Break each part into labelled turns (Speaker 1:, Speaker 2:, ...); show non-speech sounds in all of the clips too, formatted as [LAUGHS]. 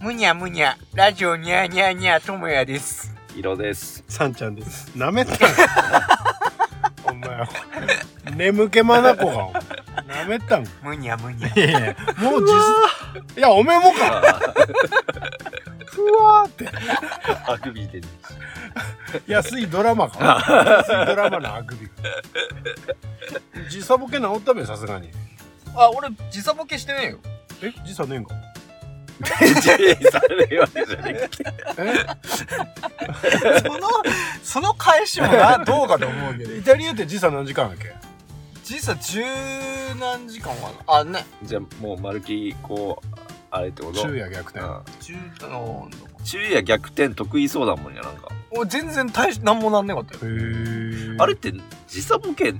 Speaker 1: むにゃむにゃ、ラジオにゃにゃにゃ、ともやです。
Speaker 2: 色
Speaker 3: [LAUGHS]
Speaker 2: です。
Speaker 3: さんちゃんです。なめたな。お前、眠気まなこが、なめたんか。
Speaker 1: むにゃむにゃ。
Speaker 3: いやいや、もう実いや、おめえもか。ふわーって。
Speaker 2: あくびで。
Speaker 3: 安いドラマか。安いドラマのあくびか。時差ボケ治ったべ、さすがに。
Speaker 1: あ、俺、時差ボケしてねえよ。
Speaker 3: え、時差ねえんか。
Speaker 2: じゃあ、されるわけじゃない。
Speaker 3: え、
Speaker 1: そ [LAUGHS] の、その返しもな、どうかと思うけど。
Speaker 3: イタリアって時差何時間だっけ
Speaker 1: 時差十何時間はあ、ね、
Speaker 2: じゃあ、もう、まるき、こう、あれってこと
Speaker 3: 昼夜逆転。
Speaker 2: う
Speaker 1: 十、あの、
Speaker 2: ん昼夜逆転得意そうだもんや、なんか。
Speaker 1: 俺全然大し、なんもなんねえかったよ。
Speaker 3: へー
Speaker 2: あれって、時差ボケっ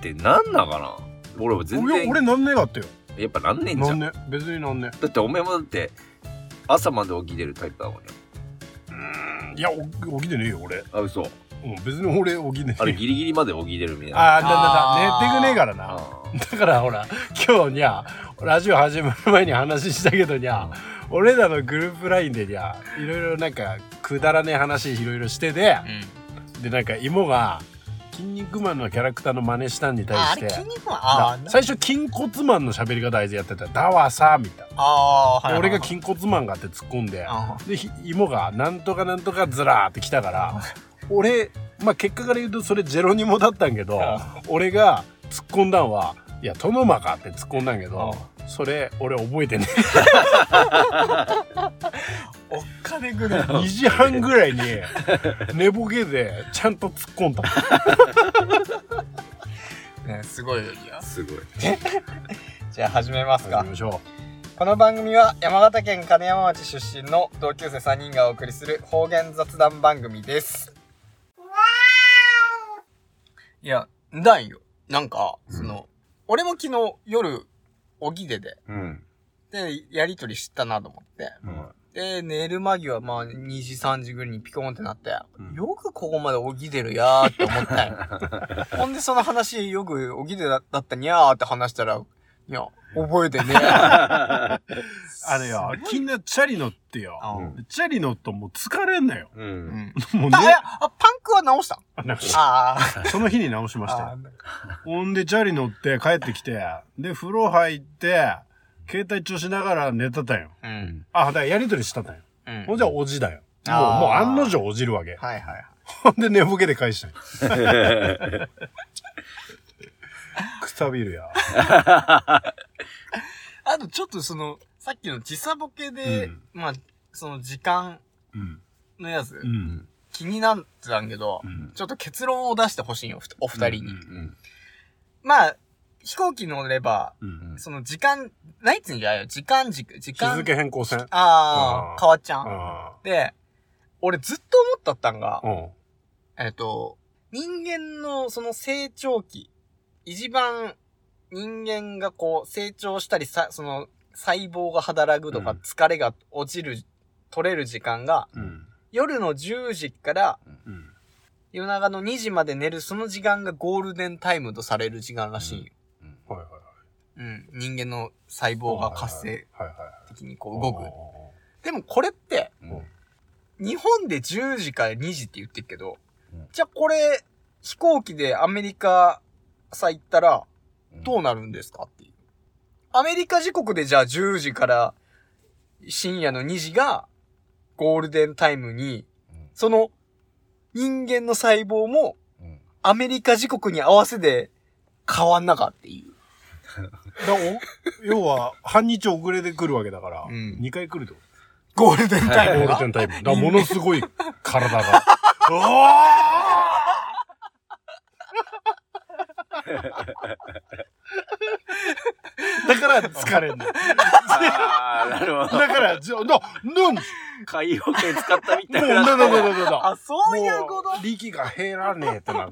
Speaker 2: てなんなんかな俺は全
Speaker 3: いや
Speaker 2: 然、
Speaker 3: 俺なんねえかったよ。
Speaker 2: やっぱなんねえんじ
Speaker 3: な
Speaker 2: ゃ
Speaker 3: ん
Speaker 2: ん。だ
Speaker 3: ね別になんね
Speaker 2: って、おめえもだって、朝まで起きてるタイプだもんね。
Speaker 3: いや、お起きてねえよ、俺。
Speaker 2: あ、嘘。
Speaker 3: うん、別に俺起きてね
Speaker 2: あ
Speaker 3: え
Speaker 2: れ、
Speaker 3: よ。
Speaker 2: ギリギリまで起きてるみたいな。
Speaker 3: あーだんだんだ
Speaker 1: あー
Speaker 3: 寝てくねえからな
Speaker 2: あ
Speaker 3: だからほら今日にゃラジオ始まる前に話したけどにゃ俺らのグループラインでにゃいろいろなんかくだらねえ話いろいろしてで
Speaker 1: うん。
Speaker 3: でなんか芋が「筋肉マン」のキャラクターの真似したんに対
Speaker 1: あ、あ
Speaker 3: し
Speaker 1: れ、
Speaker 3: て
Speaker 1: 筋肉マン
Speaker 3: だ
Speaker 1: あーな
Speaker 3: 最初「筋骨マン」の喋り方あいつやってた「だわさ」みたい
Speaker 1: あー、はいはいは。
Speaker 3: ない俺が「筋骨マン」があって突っ込んで
Speaker 1: あ
Speaker 3: でひ芋が「なんとかなんとかずら」って来たから俺まあ結果から言うとそれジェロニモだったんけど
Speaker 1: あ
Speaker 3: 俺が突っ込んだんは「いやトノマか」って突っ込んだんけど
Speaker 1: あ
Speaker 3: それ俺覚えてね
Speaker 1: [LAUGHS] おっかねぐらい。
Speaker 3: 2時半ぐらいに寝ぼけでちゃんと突っ込んだ
Speaker 1: ね、すごいよ、いや
Speaker 2: ーすごい。
Speaker 1: じゃあ始めます
Speaker 3: 行
Speaker 1: か
Speaker 3: き。ましょ
Speaker 1: この番組は山形県金山町出身の同級生3人がお送りする方言雑談番組です。いや、だんよ。なんか、その、俺も昨日夜、おぎでで、
Speaker 2: うん。
Speaker 1: で、やりとりしたなと思って。
Speaker 2: うん
Speaker 1: で、寝る間際、まあ、2時、3時ぐらいにピコーンってなって、
Speaker 2: うん
Speaker 1: よくここまでおぎでるやーって思ったよ。 [LAUGHS] ほんで、その話、よくおぎでだだったにゃーって話したら、いや、覚えてねえ。
Speaker 3: うあれよみんなチャリ乗ってよ
Speaker 1: あ
Speaker 2: うん
Speaker 3: チャリ乗っともう疲れんなよ
Speaker 2: う。
Speaker 1: うんん。
Speaker 3: もうね
Speaker 1: あ、いや、あパンクは直した。
Speaker 3: なんか
Speaker 1: あ
Speaker 3: その日に直しましたよ
Speaker 1: あ。
Speaker 3: ほんで、チャリ乗って帰ってきて、で、風呂入って、携帯調しながら寝てたよ。
Speaker 1: うん。
Speaker 3: あ、だからやりとりしたたよ。
Speaker 1: うん。
Speaker 3: ほんじゃ、おじだよ。もう、
Speaker 1: あー
Speaker 3: もう案の定おじるわけ。
Speaker 1: はいはいはい。
Speaker 3: ほんで、寝ぼけで返したよ。 [LAUGHS] くたびるや。
Speaker 1: あとちょっとその、さっきの時差ボケで、
Speaker 3: うん
Speaker 1: まあ、その時間
Speaker 3: うん。
Speaker 1: のやつ
Speaker 3: う、ん。
Speaker 1: 気になってたんけど、
Speaker 3: うん。
Speaker 1: ちょっと結論を出してほしいよ、ふたお二人に。
Speaker 2: うん。
Speaker 1: まあ、飛行機乗れば、
Speaker 3: うん。
Speaker 1: その時間、ナイツにじゃないよ、時間軸、時
Speaker 3: 日
Speaker 1: 間。
Speaker 3: 付変更線。
Speaker 1: あ
Speaker 3: あ
Speaker 1: あ、
Speaker 3: ー
Speaker 1: 変わっちゃう。
Speaker 3: あ
Speaker 1: で、俺ずっと思ったったんが
Speaker 3: あ。、うん。
Speaker 1: えっと、人間のその成長期、一番人間がこう成長したりさ、その細胞が働くとか
Speaker 2: うん
Speaker 1: 疲れが落ちる、取れる時間が
Speaker 3: うん。
Speaker 1: 夜の10時から
Speaker 3: うん。
Speaker 1: 夜中の2時まで寝るその時間がゴールデンタイムとされる時間らしいよ。
Speaker 3: はいはいは
Speaker 1: う
Speaker 3: い。
Speaker 1: ん。人間の細胞が活性
Speaker 3: はいはいはい。
Speaker 1: 的にこう動
Speaker 3: うん
Speaker 1: く。でもこれって
Speaker 2: うん
Speaker 1: 日本で10時から2時って言ってるけど
Speaker 2: うん、
Speaker 1: じゃあこれ飛行機でアメリカさ行ったらどうなるんですかっていう。アメリカ時刻でじゃあ10時から深夜の2時がゴールデンタイムに、その人間の細胞も
Speaker 2: うん
Speaker 1: アメリカ時刻に合わせで変わんなかっていう。
Speaker 3: だお要は、半日遅れで来るわけだから、
Speaker 1: うん
Speaker 3: 2回来るってこと
Speaker 1: ゴールデンタイム
Speaker 3: ゴ
Speaker 1: が
Speaker 3: ールデ。ン [LAUGHS] タイム。だからものすごい体が。うわーだから疲れんの。だ
Speaker 2: あーなるほど。
Speaker 3: から、じゃ、な、なん、も
Speaker 2: 海洋圏使ったみ
Speaker 3: う、な、
Speaker 2: たい
Speaker 3: な、
Speaker 2: な。
Speaker 3: な、な、な、な。
Speaker 1: あ、そういうこと
Speaker 3: もう力が減らねえってなる。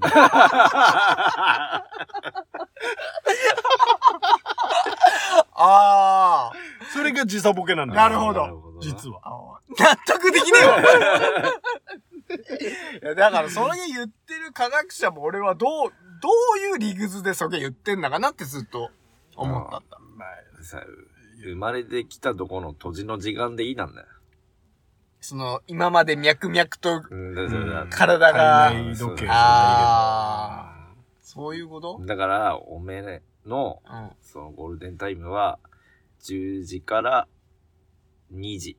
Speaker 1: あ
Speaker 3: それが時差ボケなんだよ。
Speaker 1: なるほど
Speaker 3: 実は。
Speaker 1: あ。納得できねえ [LAUGHS] わ。いやだから、それ言ってる科学者も俺はどう、どういう理屈でそれ言ってんだかなってずっと思ったんだ。
Speaker 3: まあ
Speaker 2: さ生まれてきたとこの土地の時間でいいなんだよ。
Speaker 1: その、今まで脈々と
Speaker 2: うん
Speaker 1: 体が、
Speaker 3: 体内時計
Speaker 1: あそういうこと
Speaker 2: だから、おめの、
Speaker 1: うん。
Speaker 2: そのゴールデンタイムは、10時から2時。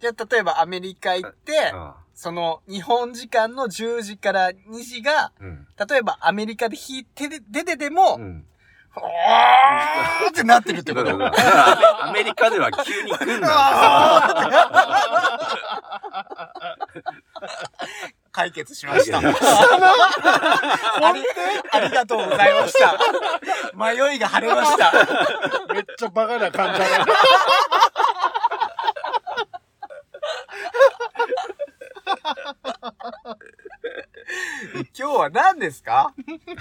Speaker 1: じゃあ、例えばアメリカ行って、その、日本時間の10時から2時が、
Speaker 2: うん。
Speaker 1: 例えばアメリカで引いてで出てても、
Speaker 2: う。
Speaker 1: うんおーってなってるって
Speaker 2: だ
Speaker 1: こ
Speaker 2: か
Speaker 1: と [LAUGHS]
Speaker 2: ら、だからアメリカでは急に来んな
Speaker 1: [LAUGHS] 解決しました。ありありがとうございました。迷いが晴れました。
Speaker 3: めっちゃバカな感じだな
Speaker 1: 今日は何ですか今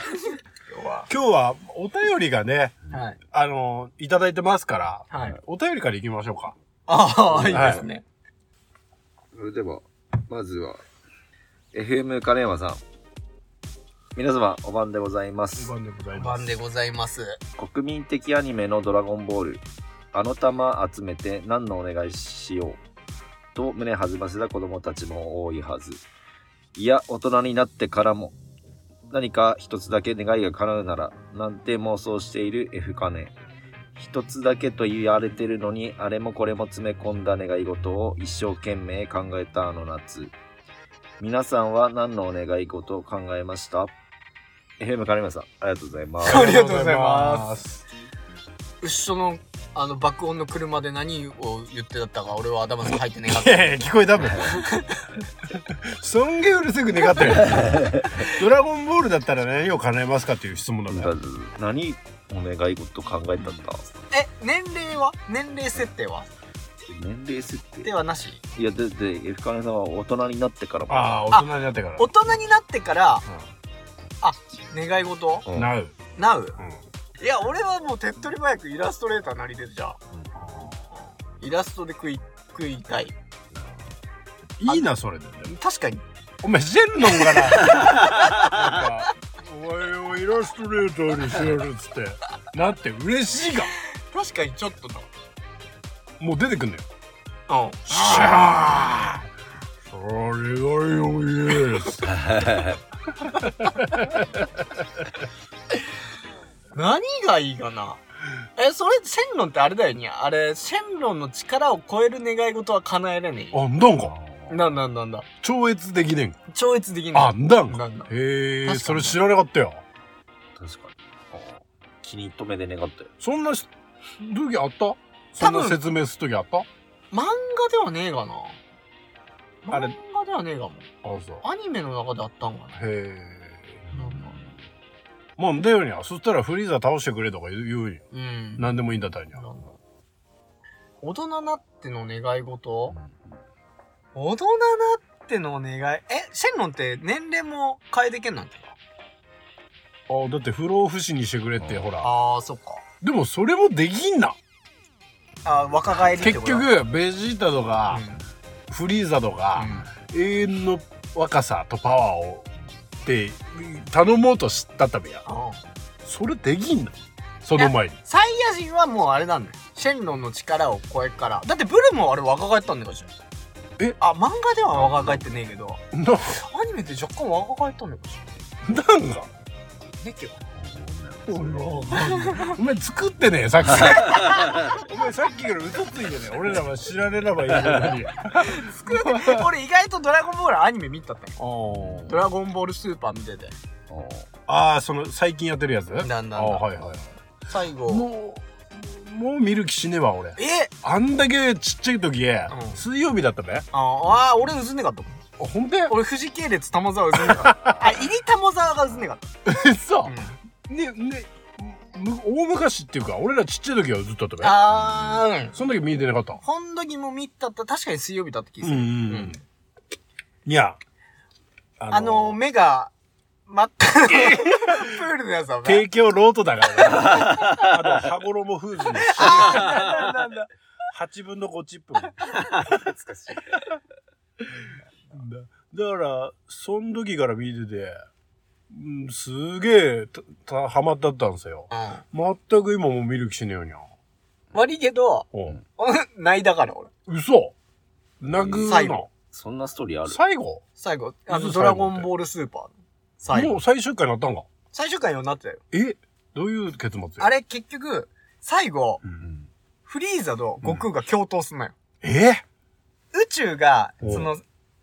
Speaker 1: 日は。
Speaker 3: 今日はお便りがね、
Speaker 1: はい。
Speaker 3: あの、いただいてますから、
Speaker 1: はい。
Speaker 3: お便りから行きましょうか。
Speaker 1: ああ、いい
Speaker 3: はい
Speaker 1: ですね。
Speaker 2: それでは、まずは、FM 金山さん。皆様、お晩でございます。
Speaker 3: 番でござい。
Speaker 1: 番でございます。
Speaker 2: 国民的アニメのドラゴンボール。あの玉集めて何のお願いしよう。と胸弾ませた子供たちも多いはず。いや、大人になってからも。何か一つだけ願いが叶うなら、なんて妄想している F カネ。一つだけと言われてるのに、あれもこれも詰め込んだ願い事を一生懸命考えたあの夏。皆さんは何のお願い事を考えました ?FM カネマさん、ありがとうございます。
Speaker 1: ありがとうございます一緒の、あの、爆音の車で何を言ってだったか、俺は頭に入ってねえかっ
Speaker 3: い
Speaker 1: た。
Speaker 3: やいや、聞こえたもん。そんげうるせく願ってる。 [LAUGHS] ドラゴンボールだったら何を叶えますかっていう質問なんだよ。
Speaker 2: 何お願い事考えたんだ
Speaker 1: え、年齢は年齢設定は
Speaker 2: 年齢設
Speaker 1: で
Speaker 2: 定
Speaker 1: はなし
Speaker 2: いやだってエフカネさんは大人になってからも
Speaker 3: ああ、大人になってから。
Speaker 1: 大人になってから、あ、願い事
Speaker 2: う
Speaker 3: うん
Speaker 2: ん
Speaker 3: なう。
Speaker 1: なう
Speaker 3: うん
Speaker 1: いや、俺はもう手っ取り早くイラストレーターなりてるじゃん。イラストで食い、食いたい。
Speaker 3: いいな、それで。
Speaker 1: 確かに。
Speaker 3: お前、ジェンロ
Speaker 1: [LAUGHS]
Speaker 3: ンがな。なんかお前をイラストレーターにしやるっつって。なって嬉しいが。
Speaker 1: 確かにちょっとな。
Speaker 3: もう出てくんだよ。
Speaker 1: うん。
Speaker 3: しゃーそれがよいです。
Speaker 1: 何がいいかなえ、それ、線路ってあれだよね。あれ、線路の力を超える願い事は叶えれねえよ。
Speaker 3: あんだんか。
Speaker 1: なんだなんだ。
Speaker 3: 超越できねん。
Speaker 1: 超越できない。
Speaker 3: あんだん
Speaker 1: な
Speaker 3: か。
Speaker 1: んだ。確
Speaker 3: へ
Speaker 1: か
Speaker 3: え、
Speaker 1: に
Speaker 3: それ知らなかったよ。
Speaker 2: 確かにああ気に留めで願ったよ
Speaker 3: そんなし時あったそん
Speaker 1: 多
Speaker 3: な
Speaker 1: 分
Speaker 3: 説明する時あったあ
Speaker 1: 漫画ではねえかな。
Speaker 3: あれ
Speaker 1: 漫画ではねえかも。
Speaker 3: そう。
Speaker 1: アニメの中であったんか
Speaker 3: へえ。
Speaker 1: な。なんだ
Speaker 3: まあ、だよにゃ。そしたらフリーザ倒してくれとか言う言うにゃ。
Speaker 1: うん。
Speaker 3: 何でもいいんだったらにゃ。
Speaker 1: なんだ大人なっての願い事
Speaker 2: うん
Speaker 1: 大人なっての願い。え、シェンロンって年齢も変えてけんなんてか
Speaker 3: あだって不老不死にしてくれって、
Speaker 2: うん
Speaker 3: ほら。
Speaker 1: ああ、そっか。
Speaker 3: でもそれもできんな。
Speaker 1: あー若返りって
Speaker 3: 結
Speaker 1: こと
Speaker 3: 局、ベジータと
Speaker 1: うん
Speaker 3: か、フリーザとか、永遠の若さとパワーをって頼もうとしたったべや。
Speaker 1: うんうん
Speaker 3: それできんな。その前に。
Speaker 1: サイヤ人はもうあれなんだよ。シェンロンの力を超えるから。だってブルもあれ若返ったんだからじゃん。
Speaker 3: え
Speaker 1: あ、漫画では若返ってねえけど、
Speaker 3: なん [LAUGHS]
Speaker 1: アニメで若干若返ったんだからじ
Speaker 3: だが。
Speaker 1: ゃん。でっけ
Speaker 3: [LAUGHS]
Speaker 1: よ。
Speaker 3: お前作ってねえさっきからお前さっきから嘘ついてね俺らは知られればいいのに
Speaker 1: 作って俺意外とドラゴンボールアニメ見たって。ド
Speaker 3: あ
Speaker 1: ラゴンボールスーパー見てて。
Speaker 3: あーその最近やってるやつ
Speaker 1: んだんだ
Speaker 3: あーはいはい
Speaker 1: 最後。
Speaker 3: もうもう見る気しねえわ俺
Speaker 1: え
Speaker 3: あんだけちっちゃい時、
Speaker 1: ん
Speaker 3: 水曜日だったべあ
Speaker 1: ああ、俺うずんねかったもん。
Speaker 3: ほんと [LAUGHS] や
Speaker 1: 俺富士系列玉沢うずんねか
Speaker 3: [LAUGHS]
Speaker 1: った。あ、入り玉沢がうずんねかっ
Speaker 3: そ
Speaker 1: た。うん
Speaker 3: うねねむ大昔っていうか俺らちっちゃい時はずっとだったべ
Speaker 1: あー、うん。
Speaker 3: その時見えてなかった
Speaker 1: ほん時も見たった、確かに水曜日だった気がする。
Speaker 3: うんうんうん
Speaker 1: ん
Speaker 3: いや
Speaker 1: あの、目が、真っ赤な、プ
Speaker 3: [LAUGHS]
Speaker 1: ールのやつは、
Speaker 3: 提供ロートだ [LAUGHS] からね。あと、羽衣フーズの
Speaker 1: あーなんだなんだ。
Speaker 3: 8分の5チップ。だ
Speaker 2: 懐かしい
Speaker 3: だから、そん時から見てて、うん、すげえ、た、た、ハマったったんですよ。
Speaker 1: うん
Speaker 3: 全く今もう見る気しねえよにゃ。
Speaker 1: 悪いけど、 [LAUGHS]
Speaker 3: うん。
Speaker 1: 泣いたから俺。
Speaker 3: 嘘泣く
Speaker 1: 最
Speaker 3: の
Speaker 1: 後。
Speaker 2: そんなストーリーある
Speaker 3: 最後
Speaker 1: 最後、あの、
Speaker 3: 水
Speaker 1: ド
Speaker 3: 最後
Speaker 1: ラ
Speaker 3: って
Speaker 1: ゴンボールスーパーの最
Speaker 3: も
Speaker 1: 後。
Speaker 3: う最終回になったんか
Speaker 1: 最終回にはなってたよ。
Speaker 3: えどういう結末よ
Speaker 1: あれ、結局、最後
Speaker 3: う、ん
Speaker 1: フリーザと悟空が共闘すんのよ。
Speaker 3: え
Speaker 1: 宇宙が、
Speaker 3: おう
Speaker 1: その、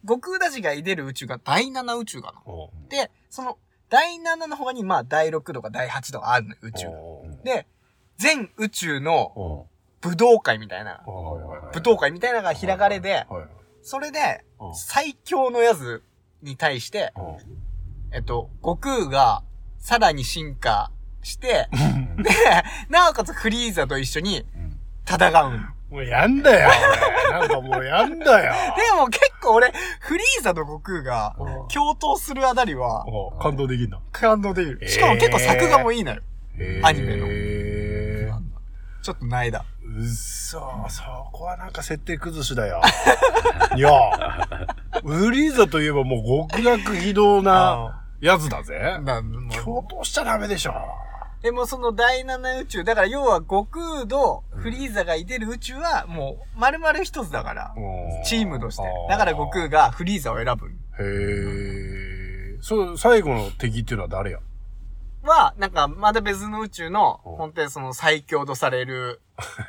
Speaker 1: 悟空たちがい出る宇宙が第7宇宙かな。
Speaker 3: おう
Speaker 1: で、その、第7の他に、まあ、第6とか第8とかあるのよ、宇宙。
Speaker 3: おう
Speaker 1: で、全宇宙の
Speaker 3: おう
Speaker 1: 武道会みたいな、
Speaker 3: はいはいはい
Speaker 1: 武道会みたいなのが開かれて、
Speaker 3: はいはい
Speaker 1: それで、
Speaker 3: うん
Speaker 1: 最強のやつに対して、
Speaker 3: おう
Speaker 1: えっと、悟空がさらに進化して、で、なおかつフリーザと一緒に
Speaker 2: うん
Speaker 1: 戦うん。
Speaker 3: もうやんだよ俺なんかもうやんだよ
Speaker 1: [LAUGHS] でも結構俺、フリーザと悟空が
Speaker 3: うん
Speaker 1: 共闘するあたりは
Speaker 3: おう感動できんだ
Speaker 1: 感動できる。
Speaker 3: えー
Speaker 1: しかも結構作画もいいのよ。アニメの
Speaker 3: メの
Speaker 1: ちょっと泣いだ。
Speaker 3: うっそーそこはなんか設定崩しだよいやウリーザといえばもう極悪非道なやつだぜ
Speaker 1: なもう
Speaker 3: 共闘しちゃダメでしょ
Speaker 1: でもその第七宇宙、だから要は悟空とフリーザがいてる宇宙はもう丸々一つだから、チームとして。だから悟空
Speaker 3: へ
Speaker 1: がフリーザを選ぶ。
Speaker 3: えそう最後の敵っていうのは誰や
Speaker 1: は、なんかまた別の宇宙の、
Speaker 3: うん
Speaker 1: 本当にその最強とされる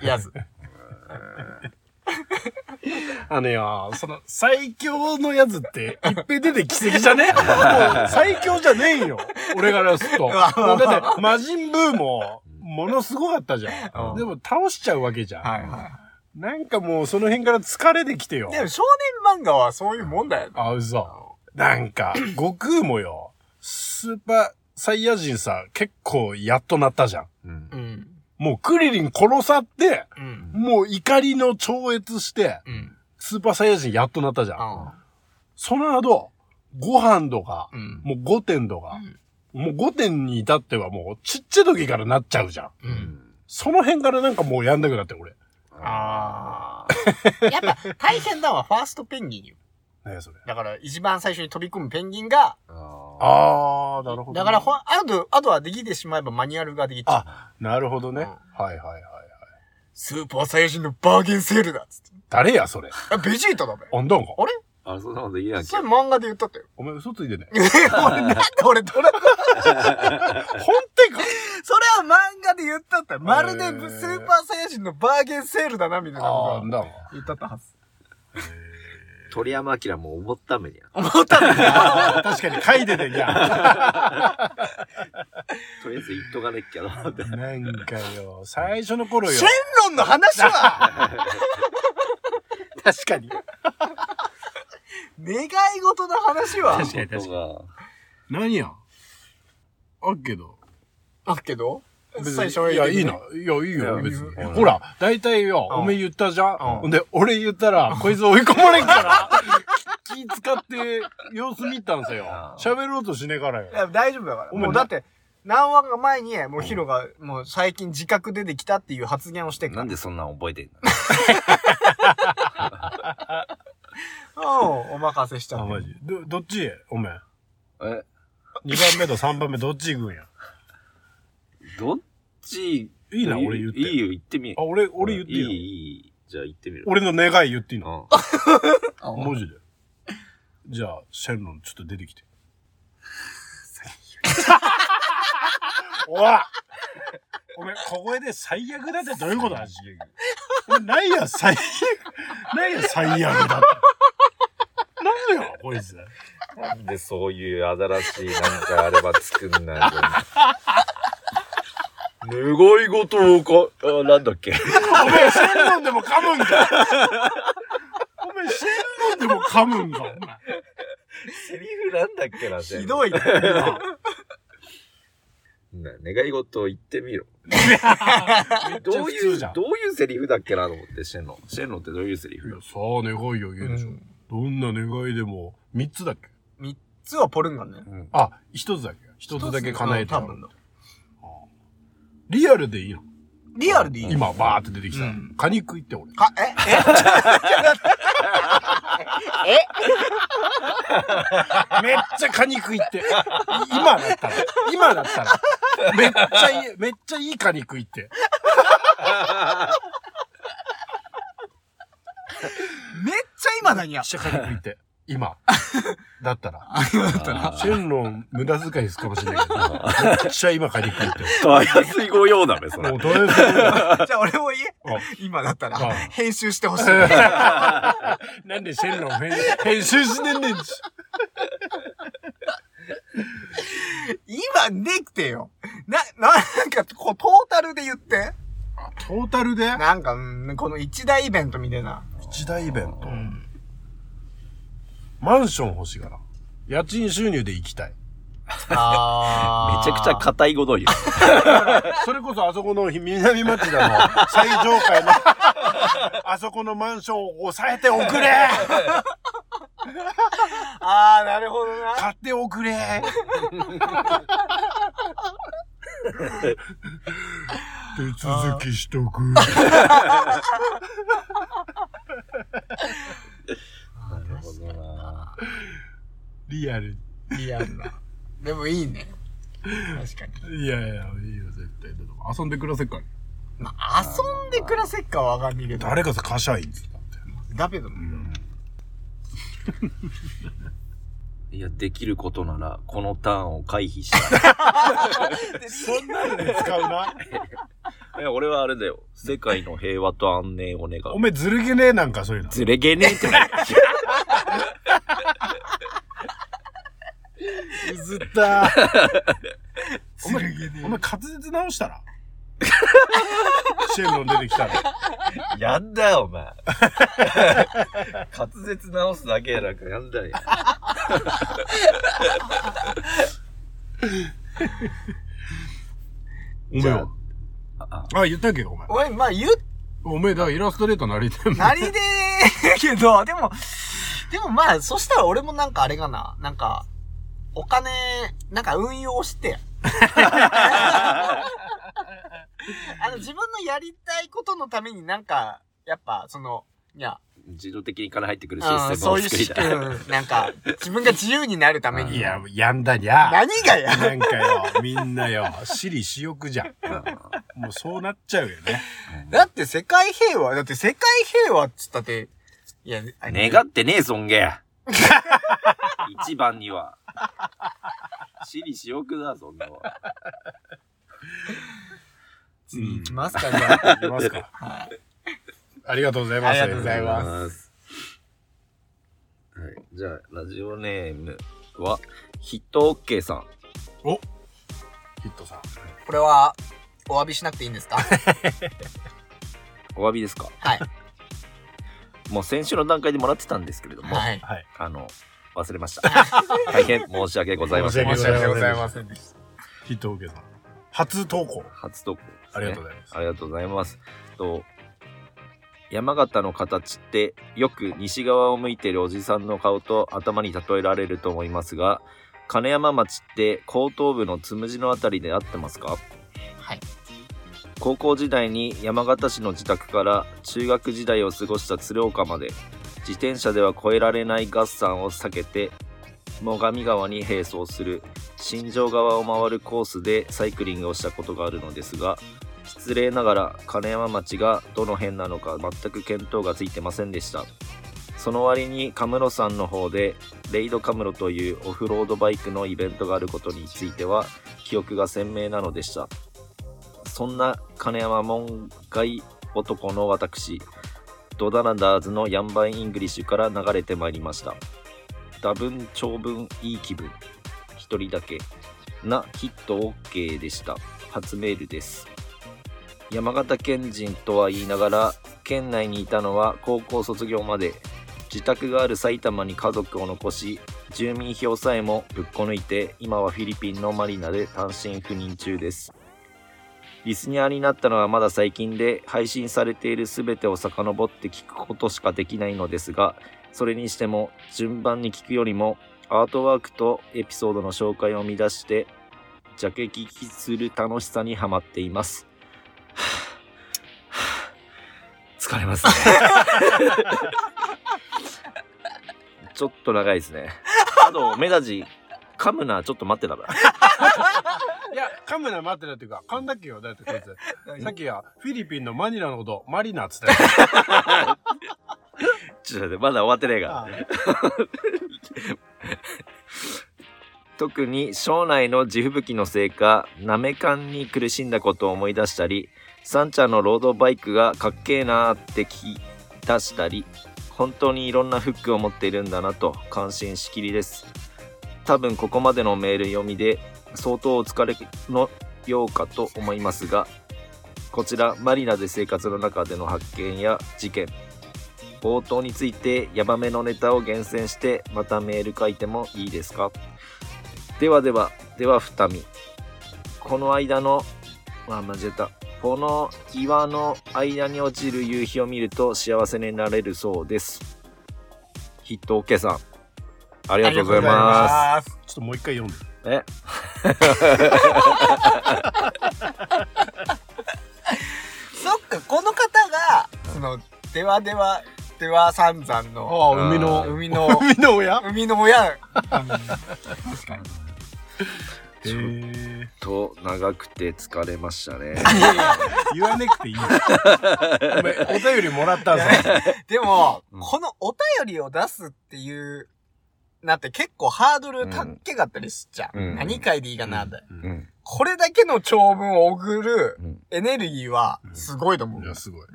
Speaker 1: やつ。
Speaker 3: あのよその最強のやつっていっぺん出て奇跡じゃねもう最強じゃねえよ俺からするともうだって魔人ブーもものすごかったじゃ
Speaker 1: うん
Speaker 3: んでも倒しちゃうわけじゃん
Speaker 1: はいは
Speaker 3: なんかもうその辺から疲れてきてよ
Speaker 1: い。。でも少年漫画はそういうもんだよな。
Speaker 3: あ、嘘。なんか、悟空もよ、スーパーサイヤ人さ、結構やっとなったじゃん。
Speaker 2: うん
Speaker 1: うん。
Speaker 3: もうクリリン殺さって、
Speaker 1: うん。
Speaker 3: もう怒りの超越して、
Speaker 1: うん。
Speaker 3: スーパーサイヤ人やっとなったじゃん。その後、ご飯とか、
Speaker 1: うん。
Speaker 3: もう5点とか、もう5点に至ってはもうちっちゃい時からなっちゃうじゃん。
Speaker 1: う。
Speaker 2: うんん
Speaker 3: その辺からなんかもうやんなくなって俺。
Speaker 1: ああ。やっぱ大変だわ、ファーストペンギンよ。
Speaker 3: ねそれ。
Speaker 1: だから一番最初に飛び込むペンギンが、
Speaker 2: あ
Speaker 3: あー、なるほどね、
Speaker 1: だからほ、あと、あとはできてしまえばマニュアルができちゃう。
Speaker 3: あ、なるほど
Speaker 1: う
Speaker 3: ね。
Speaker 1: ん
Speaker 3: はいはいはいはい。
Speaker 1: スーパーサイヤ人のバーゲンセールだっつって。
Speaker 3: 誰や、それ。
Speaker 1: あ、ベジータだべ。
Speaker 3: あんだんか。
Speaker 2: ーあそんなことできないっけ
Speaker 1: それ漫画で言った
Speaker 3: [LAUGHS]
Speaker 1: ったよ。
Speaker 3: お前嘘つ
Speaker 1: [LAUGHS]
Speaker 3: いてね。
Speaker 1: え俺なんで俺ドラゴン
Speaker 3: 本店か
Speaker 1: それは漫画で言ったったよ。まるでブスーパーサイヤ人のバーゲンセールだな、みたいな
Speaker 3: あ
Speaker 1: こ
Speaker 3: あ
Speaker 1: と
Speaker 3: ん
Speaker 1: が
Speaker 3: だんか。
Speaker 1: 言ったったはず。
Speaker 2: 鳥山明も思っためにや
Speaker 1: 思ったんだよ。
Speaker 3: 確かに書いててんや。 [LAUGHS]
Speaker 2: とりあえず言っとかねっけどって
Speaker 3: なんかよ、最初の頃
Speaker 1: [LAUGHS]
Speaker 3: よ
Speaker 1: シェン。ロンの話
Speaker 3: [LAUGHS]
Speaker 1: は
Speaker 3: 確かに。
Speaker 1: 願い事の話は
Speaker 3: 確か
Speaker 2: [LAUGHS]
Speaker 3: に確か
Speaker 2: こ
Speaker 3: に
Speaker 2: とが
Speaker 3: 何やあっけど。
Speaker 1: あっけど
Speaker 3: 別に
Speaker 1: 最初はい
Speaker 3: や、いいな。。いや、いいよ、
Speaker 1: いや
Speaker 3: 別に
Speaker 1: いい。
Speaker 2: よ
Speaker 3: ほら、大体よ、
Speaker 1: うん
Speaker 3: おめえ言ったじゃん。
Speaker 1: うん
Speaker 3: ほんで、俺言ったら、こいつ追い込まれんから、気気使って様子見たんすよ
Speaker 2: あ。ー
Speaker 3: 喋ろうとしねえからよ
Speaker 1: い。や、大丈夫だから。
Speaker 3: お前
Speaker 1: もうだって、何話か前に、もうヒロが、もう最近自覚出てきたっていう発言をしてるか
Speaker 2: な
Speaker 1: ら。
Speaker 2: んでそんなん覚えてんの
Speaker 1: うん、お任せしちゃ
Speaker 3: あ、
Speaker 1: って
Speaker 3: マジ。ど、どっちおめえ。
Speaker 2: え
Speaker 3: 2番目と3番目どっち行くんや。
Speaker 2: どっち
Speaker 3: いいな、俺言って。
Speaker 2: いいよ言ってみ
Speaker 3: あ、俺、俺言っていい
Speaker 2: い
Speaker 3: の
Speaker 2: いいいじゃあ言ってみる
Speaker 3: 俺の願い言っていいの
Speaker 2: うん
Speaker 3: 文字で。じゃあ、シェンロンちょっと出てきて。 [LAUGHS] おいおめ小声で最悪だってどういうことだお前ないや、最悪。ないや、最悪だって。なんや、こいつ。
Speaker 2: なんでそういう新しいなんかあれば作んない [LAUGHS] の願い事をか、あなんだっけ
Speaker 3: おめえ、シェンロンでも噛むんか。おめえ、シェンロンでも噛むんか。お前
Speaker 2: セリフなんだっけな
Speaker 1: ひど
Speaker 2: い。
Speaker 1: いな。
Speaker 2: な願い事を言ってみろ。どう
Speaker 3: めっちゃ普
Speaker 2: い
Speaker 3: 通
Speaker 2: う、
Speaker 3: じ
Speaker 2: ど
Speaker 3: ゃん
Speaker 2: ういうセリフだっけなと思って、シェンロン。シェンロンってどういうセリ
Speaker 3: い
Speaker 2: フ
Speaker 3: や、さあ、願いを言うでしょ。どんな願いでも、三つだっけ
Speaker 1: 三つはポルンガンね。
Speaker 2: うん。
Speaker 3: あ、一つだけ。一つだけ叶えて
Speaker 1: た。
Speaker 3: や
Speaker 1: 多
Speaker 3: る
Speaker 1: 分だ。
Speaker 3: リアルでいいの
Speaker 1: リアルでいい
Speaker 3: 今、バーって出てきた。
Speaker 1: うん
Speaker 3: カニ食いって俺。
Speaker 1: か、え
Speaker 3: めっちゃカニ食いって。今だったら、今だったら。めっちゃいい、めっちゃいいカニ食いって。
Speaker 1: えめっちゃ今何や
Speaker 3: 社会に行って。今。だったら。
Speaker 1: あ、よかったな。
Speaker 2: あ
Speaker 3: シェンロン無駄遣いするかもしれないけど、めっちゃ今帰り食いって。
Speaker 2: たやすい御用だね、それ
Speaker 3: もう。とりあえ
Speaker 1: [LAUGHS]
Speaker 3: ず
Speaker 1: じゃあ俺も言え
Speaker 3: あ。
Speaker 1: 今だったら
Speaker 3: あ、
Speaker 1: 編集してほしい。
Speaker 3: なんでシェンロン編編集してんねんち。
Speaker 1: 今できてよ。な、なんか、こう、トータルで言って。
Speaker 3: トータルで
Speaker 1: なんか、うんこの一大イベントみたいな。
Speaker 3: 一大イベント。マンション欲しいから。家賃収入で行きたい。 [LAUGHS]
Speaker 1: あ
Speaker 2: めちゃくちゃ
Speaker 1: か、
Speaker 2: 硬いこと言う。
Speaker 3: それこそあそこの南町田の最上階 [LAUGHS] の、あそこのマンションを抑えてお [LAUGHS] くれ
Speaker 1: あー、なるほどな。
Speaker 3: 買っておくれ [LAUGHS] 手続きしとく。
Speaker 2: なるほどな。
Speaker 3: リアル。
Speaker 1: リアルな。でもいいね。確かに。
Speaker 3: いやいや、いいよ、絶対。だって遊んで暮らせっから。
Speaker 1: まあ、遊んで暮らせっかはわかんないけど。
Speaker 3: 誰かさ、カシャインズだって。
Speaker 1: だけども。
Speaker 2: いや、できることなら、このターンを回避した
Speaker 3: そんなのに使うな。
Speaker 2: [LAUGHS] い。いや、俺はあれだよ。世界の平和と安寧を願
Speaker 3: [LAUGHS] お
Speaker 2: う。
Speaker 3: めえずるげねえなんかそういうの。
Speaker 2: ずれげねえってない。
Speaker 3: ず [LAUGHS] った。お前、お前滑舌直したらシェンロン出てきたら。
Speaker 2: [LAUGHS] やんだよ、お前。滑舌直すだけやなんかやんだよ。
Speaker 3: おめえは
Speaker 2: あ
Speaker 3: あ、言ったっけお前。
Speaker 1: 俺、まあ、言っ
Speaker 3: おめえ、だからイラストレーターなりてんの。
Speaker 1: なりでーけど、でも、でもまあ、そしたら俺もなんかあれかな、なんか、お金、なんか運用して。あの、自分のやりたいことのためになんか、やっぱ、その、いや、
Speaker 2: 自動的に金入ってくるシ
Speaker 1: うん
Speaker 2: ステム
Speaker 1: そう
Speaker 2: を
Speaker 1: いう
Speaker 2: 作り
Speaker 1: 仕
Speaker 2: たい。
Speaker 1: 組み、うんなんか、自分が自由になるため
Speaker 3: い
Speaker 1: に。
Speaker 3: や、やんだにゃ。
Speaker 1: 何がや
Speaker 3: なんかよ、みんなよ、私利私欲じゃん。もうそうなっちゃうよ [LAUGHS] ね。
Speaker 1: だって世界平和、だって世界平和っつったって、いや、あれ
Speaker 2: 願ってねえ、尊厳。 [LAUGHS] 一番には。私利私欲だ、そんなのは。
Speaker 1: 次行きますか、じゃあ。
Speaker 3: いきますか。ありがとうございます。
Speaker 1: ありがとうございます
Speaker 2: す。はい。じゃあ、ラジオネームは、ヒットオッケーさん。
Speaker 3: ヒットさん。
Speaker 1: これは、お詫びしなくていいん
Speaker 2: [LAUGHS]
Speaker 1: ですか
Speaker 2: お詫びですか
Speaker 1: はい。
Speaker 2: もう先週の段階でもらってたんですけれども、
Speaker 1: はい。
Speaker 3: はい。
Speaker 2: あの、忘れました。大変申し訳ございません。
Speaker 1: 申し訳ございませんでした。
Speaker 3: ヒットオーケーさん。初投稿。
Speaker 2: 初投稿ですね、
Speaker 3: ありがとうございます。
Speaker 2: ありがとうございます。と山形の形ってよく西側を向いてるおじさんの顔と頭に例えられると思いますが金山町って後頭部のつむじのあたりで合ってますか
Speaker 1: はい。
Speaker 2: 高校時代に山形市の自宅から中学時代を過ごした鶴岡まで自転車では越えられない合算を避けて最上川に並走する新庄川を回るコースでサイクリングをしたことがあるのですが失礼ながら金山町がどの辺なのか全く見当がついてませんでしたその割にカムロさんの方でレイドカムロというオフロードバイクのイベントがあることについては記憶が鮮明なのでしたそんな金山門外男の私ドダラダーズのヤンバインイングリッシュから流れてまいりました多分長文いい気分一人だけなヒット OK でした初メールです山形県人とは言いながら県内にいたのは高校卒業まで自宅がある埼玉に家族を残し住民票さえもぶっこ抜いて今はフィリピンのマリナで単身赴任中ですリスニアになったのはまだ最近で配信されている全てを遡って聞くことしかできないのですがそれにしても順番に聞くよりもアートワークとエピソードの紹介を見出してジャケ聞きする楽しさにはまっています疲れますね [LAUGHS] ちょっと長いですねあとメダジ噛むなちょっと待ってたから
Speaker 3: いや、カメラ待ってたっていうか、噛んだっけよ、だってこ
Speaker 1: [LAUGHS]
Speaker 3: いつ。さっきは、フィリピンのマニラのこと、マリナっつっ
Speaker 2: ち
Speaker 3: て。
Speaker 2: ょっと待って、まだ終わってねえから。
Speaker 3: あ
Speaker 2: 特に省内の地吹雪のせいか、なめかんに苦しんだことを思い出したり、サンちゃんのロードバイクがかっけえなーって聞き出したり、本当にいろんなフックを持っているんだなと感心しきりです。多分ここまでのメール読みで相当お疲れのようかと思いますが、こちらマリナで生活の中での発見や事件、冒頭についてヤバめのネタを厳選してまたメール書いてもいいですかではでは、では二見。この間の、あ、間違えた。この岩の間に落ちる夕日を見ると幸せになれるそうです。ヒットオッケーさん。ありがとうございます。
Speaker 1: す。
Speaker 3: ちょっともう一回読ん
Speaker 1: [LAUGHS]
Speaker 3: で。
Speaker 2: え
Speaker 1: そっか、この方が、その、ではでは、では三山の、
Speaker 3: あ
Speaker 2: あー
Speaker 3: あ、海の、
Speaker 1: 海の、 [LAUGHS]
Speaker 3: 海の親
Speaker 1: 海の親。確かに。
Speaker 3: へえ。
Speaker 2: と、長くて疲れましたね。
Speaker 3: 言わなくていい。ごめん、お便りもらっ
Speaker 1: [LAUGHS]
Speaker 3: たぞ。
Speaker 1: でも、
Speaker 2: うん
Speaker 1: このお便りを出すっていう、なって結構ハードルたっけかったりしちゃう。
Speaker 2: うん
Speaker 1: 何回でいいかなって。
Speaker 3: う
Speaker 2: うんん。
Speaker 1: これだけの長文を送る
Speaker 2: うん。
Speaker 1: エネルギーはすごいと思う。
Speaker 3: いや、すごい。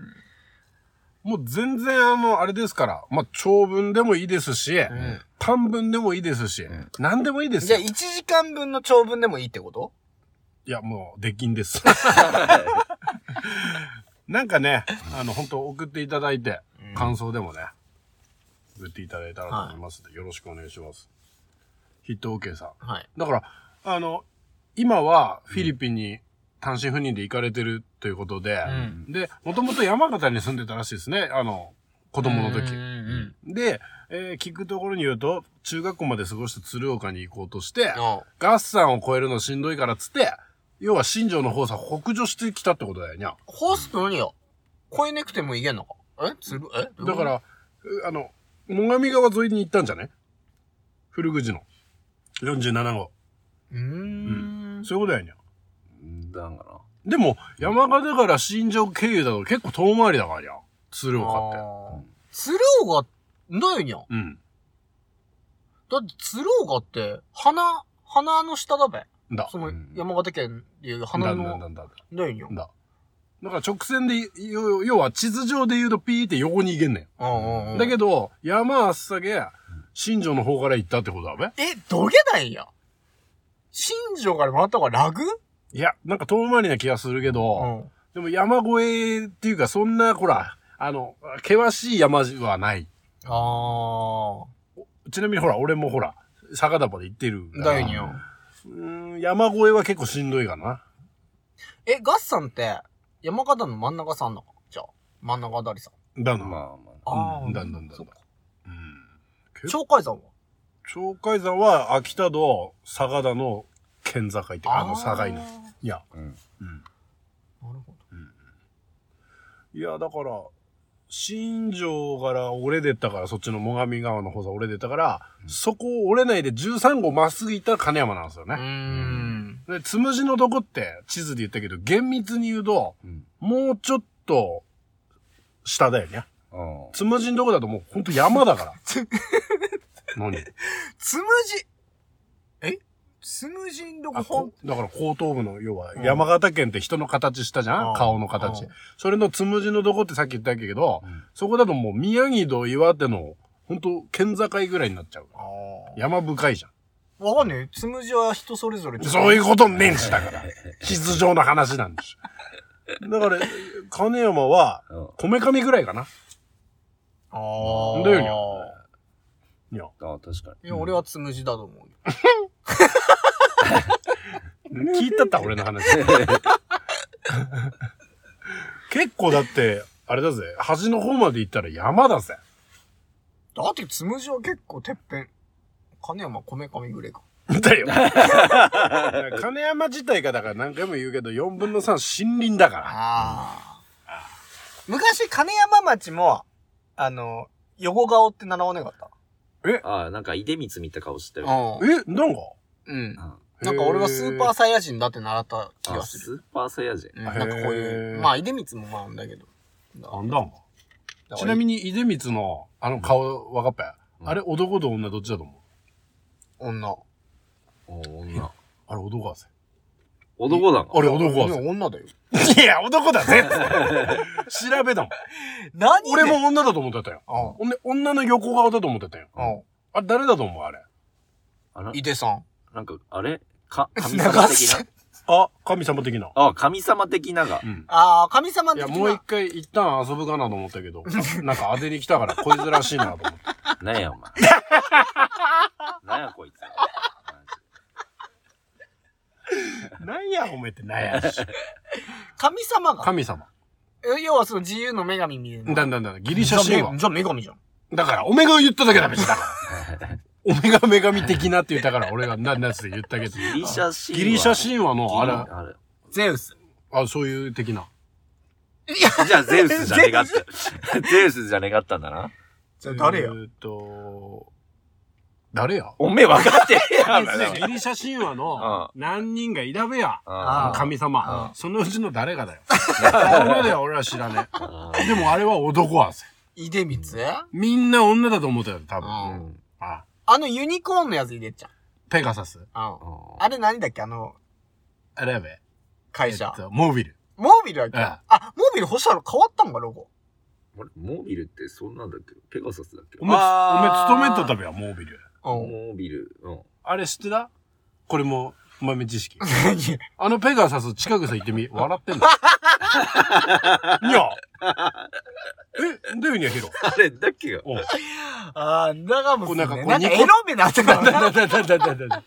Speaker 3: もう全然あの、あれですから、まあ、長文でもいいですし、
Speaker 1: うん
Speaker 3: 短文でもいいですし、
Speaker 2: ん
Speaker 3: 何でもいいです
Speaker 1: じゃ
Speaker 3: よ
Speaker 1: あ1時間分の長文でもいいってこと
Speaker 3: いや、もう、出禁
Speaker 1: [LAUGHS]
Speaker 3: です。なんかね、あの、本当送っていただいて、
Speaker 1: うん
Speaker 3: 感想でもね、送っていただいたらと思いますので、よろしくお願いします。ヒット OK さん。
Speaker 1: はい。
Speaker 3: だから、あの、今はフィリピンに単身赴任で行かれてるということで、
Speaker 1: ん
Speaker 3: で、もともと山形に住んでたらしいですね、あの、子供の
Speaker 1: うん
Speaker 3: 時。
Speaker 1: うんうん
Speaker 3: で、えー聞くところによると、中学校まで過ごした鶴岡に行こうとして、
Speaker 1: あ
Speaker 3: ガッサンを越えるのしんどいからっつって、要は新庄の方さ、北上してきたってことだよにゃ。
Speaker 1: ホースって何よ超えなくてもいけんのかえつる、え
Speaker 3: だか、ら、うあの、最上川沿いに行ったんじゃね古口の。47号。
Speaker 1: うーん。
Speaker 3: そういうことやにゃ。
Speaker 2: だか
Speaker 3: でも、山形から新庄経由だと結構遠回りだからにゃ。鶴岡っ
Speaker 1: あー鶴岡、だよにゃん。
Speaker 3: て。うん。
Speaker 1: だって鶴岡って、鼻、鼻の下だべ。
Speaker 3: だ。
Speaker 1: その
Speaker 2: うん
Speaker 1: 山形県でいう
Speaker 3: だ
Speaker 1: 鼻
Speaker 3: だだ
Speaker 1: の、
Speaker 3: だだ。
Speaker 1: だよにゃん。うん
Speaker 3: だ。だから直線で、要要は地図上で言うとピーって横に行けんね。
Speaker 1: うんうんん
Speaker 3: だけど、山あっさげ、新庄の方から行ったってことだべ
Speaker 1: え、どげないや。新庄からもらった方が楽
Speaker 3: いや、なんか遠回りな気がするけど、
Speaker 1: うん。
Speaker 3: でも山越えっていうか、そんな、ほら、あの、険しい山はない。
Speaker 1: あ
Speaker 3: ちなみにほら、俺もほら、坂田まで行ってるか
Speaker 1: ー。
Speaker 3: ら。
Speaker 1: だよにゃん。
Speaker 3: うーん、山越えは結構しんどいかな。
Speaker 1: え、ガッサンって、山形の真ん中さんなのかじゃあ、真ん中あたりさん。
Speaker 3: だ
Speaker 2: ら。
Speaker 3: な。
Speaker 2: まあまあ。
Speaker 3: う
Speaker 1: ー
Speaker 3: んだんだんだんだ
Speaker 1: そ
Speaker 3: ん
Speaker 1: っか
Speaker 3: うん。
Speaker 1: 鳥海山は
Speaker 3: 鳥海山は秋田と坂田の県境っていうか、あの境の。いや、
Speaker 2: うん。
Speaker 3: うん。
Speaker 1: なるほど。
Speaker 3: いや、だから、新庄から折れてったから、そっちの最上川の方さ折れてったから、
Speaker 2: うん
Speaker 3: そこを折れないで13号まっすぐ行ったら金山なんですよね。
Speaker 1: うーん。
Speaker 3: で、つむじのとこって地図で言ったけど、厳密に言うと、
Speaker 2: うん。
Speaker 3: もうちょっと、下だよね。
Speaker 2: ああ
Speaker 3: つむじのとこだともうほんと山だ
Speaker 1: [LAUGHS]
Speaker 3: から。何
Speaker 1: つむじ、えつむじんどこ
Speaker 3: あ
Speaker 1: ほん
Speaker 3: こだから後頭部の、要は
Speaker 1: うん
Speaker 3: 山形県って人の形したじゃん、
Speaker 1: うん
Speaker 3: 顔の形。
Speaker 1: うん
Speaker 3: それのつむじのとこってさっき言ったけど、
Speaker 2: うん
Speaker 3: そこだともう宮城と岩手の、ほんと県境ぐらいになっちゃう。
Speaker 1: あー
Speaker 3: 山深いじゃん。
Speaker 1: わかんねえ。つむじは人それぞれちょっと。
Speaker 3: そういうことねえんしだから。地図上の話なんです。だから、金山は、
Speaker 2: [LAUGHS] うん。
Speaker 3: こめかみぐらいかな。
Speaker 1: ああ。
Speaker 3: だよにいや、
Speaker 2: ああ、確か
Speaker 1: いや、俺はつむじだと思うよ。
Speaker 3: 聞いたった俺の話。結構だって、あれだぜ、端の方まで行ったら山だぜ。
Speaker 1: だってつむじは結構てっぺん。金山こめかみぐれか。
Speaker 3: だよ。
Speaker 1: [LAUGHS]
Speaker 3: [LAUGHS] 金山自体がだから何回も言うけど、4分の3森林だか
Speaker 1: ああ。昔、金山町も、あの、横顔って習わなかった。
Speaker 2: に。ああ、なんか、いでみつ見た顔してる。
Speaker 1: う
Speaker 3: ら。え、なんか
Speaker 1: ん。うん。
Speaker 2: うん
Speaker 1: なんか俺はスーパーサイヤ人だって習った気
Speaker 2: あ
Speaker 1: が
Speaker 2: ス
Speaker 1: する。
Speaker 2: ーパーサイヤ人。
Speaker 1: うん、なんかこうい
Speaker 3: へ
Speaker 1: う、
Speaker 3: ー
Speaker 1: まあ、出光もまあなんだけど。
Speaker 3: なんだんかちなみに、出光の、あの顔、わかっぱや。
Speaker 2: うん
Speaker 3: あれ、男と女どっちだと思う
Speaker 1: 女。
Speaker 2: お女。
Speaker 3: あれ、男
Speaker 1: [LAUGHS]
Speaker 3: だぜ。
Speaker 2: 男だの
Speaker 3: あれ、男
Speaker 1: い
Speaker 3: だ
Speaker 1: や
Speaker 3: ぜ。
Speaker 1: 女だよ。
Speaker 3: いや、男だぜ [LAUGHS] 調べたもん。
Speaker 1: 何
Speaker 3: 俺。も女だと思ってたよ。
Speaker 1: あ
Speaker 3: ほんで、女の横顔だと思ってたよ。
Speaker 1: あ、あ
Speaker 3: あれ、誰だと思うあれ。
Speaker 2: あら
Speaker 1: あ、、井出さん。
Speaker 2: なんか、あれか、神様
Speaker 1: 流
Speaker 2: 的
Speaker 1: す
Speaker 2: な。
Speaker 3: あ、神様的な。
Speaker 2: あ、神様的なが
Speaker 3: う。ん。
Speaker 1: ああ、神様
Speaker 3: い
Speaker 1: 的
Speaker 3: や、
Speaker 1: な。
Speaker 3: もう一回一旦遊ぶかなと思ったけど、なんか当てに来たからこいつらしいなと思って。
Speaker 2: なんや、お前。なんや、こいつ。
Speaker 3: なんや、おめってなんやし。
Speaker 1: 神様が。
Speaker 3: [LAUGHS] 神様。
Speaker 1: え要はその自由の女神みたいな。
Speaker 3: だんだんだんだん、ギリシャ神話。
Speaker 1: じゃあ女神じゃん。
Speaker 3: だから、おめが言っただけだべし、だから。おめが女神的なって言ったから、俺がな、なつで言ったけど。
Speaker 2: ギリシャ神話。
Speaker 3: ギリシャ神話の、あれ、
Speaker 2: あれ。
Speaker 1: ゼウス。
Speaker 3: あ、そういう的な。
Speaker 1: いや、
Speaker 2: じゃあ、ゼウスじゃねがった。ゼウスじゃねがったんだな。
Speaker 1: じゃあ誰
Speaker 3: え
Speaker 1: や
Speaker 3: ーっと、誰や
Speaker 2: おめえ分かってねえやん。
Speaker 1: ゼウス
Speaker 3: ギリシャ神話の何人がいらべや。
Speaker 1: あ
Speaker 3: 神様
Speaker 2: う。
Speaker 3: そのうちの誰がだよ。そこまでは俺は知らねえ。でもあれは男はぜ。
Speaker 1: 井出光
Speaker 3: みんな女だと思ってたよ、多分。
Speaker 1: う。
Speaker 2: うんん
Speaker 3: あ、
Speaker 1: あのユニコーンのやつ井出ちゃん。
Speaker 3: ペガサス。
Speaker 1: うん。
Speaker 2: あ
Speaker 1: あれ何だっけあの、
Speaker 3: あれやべ。
Speaker 1: 会社
Speaker 3: えっ。とモービル。
Speaker 1: モービルだっけ
Speaker 3: うん
Speaker 1: あ、モービル星太郎変わったんか、ロゴ。
Speaker 2: れモービルってそんなんだっけペガサスだっけ
Speaker 3: お前、お前
Speaker 1: あー
Speaker 3: 勤めとったべや、モービル。
Speaker 1: [LAUGHS] うん。
Speaker 2: モービル。うん。
Speaker 3: あれ知ってたこれも、豆知識。あのペガサス近くさ行ってみ。笑ってん [LAUGHS] のいや。え、だよにゃヒロ。
Speaker 2: あれだっけが。
Speaker 3: おう
Speaker 1: あー、だがもう、
Speaker 3: こう
Speaker 1: な
Speaker 3: なんん
Speaker 1: か
Speaker 3: かこう
Speaker 1: エロ
Speaker 3: ニコ
Speaker 1: めなってた
Speaker 3: だ
Speaker 1: な。
Speaker 3: だだだだだだだ。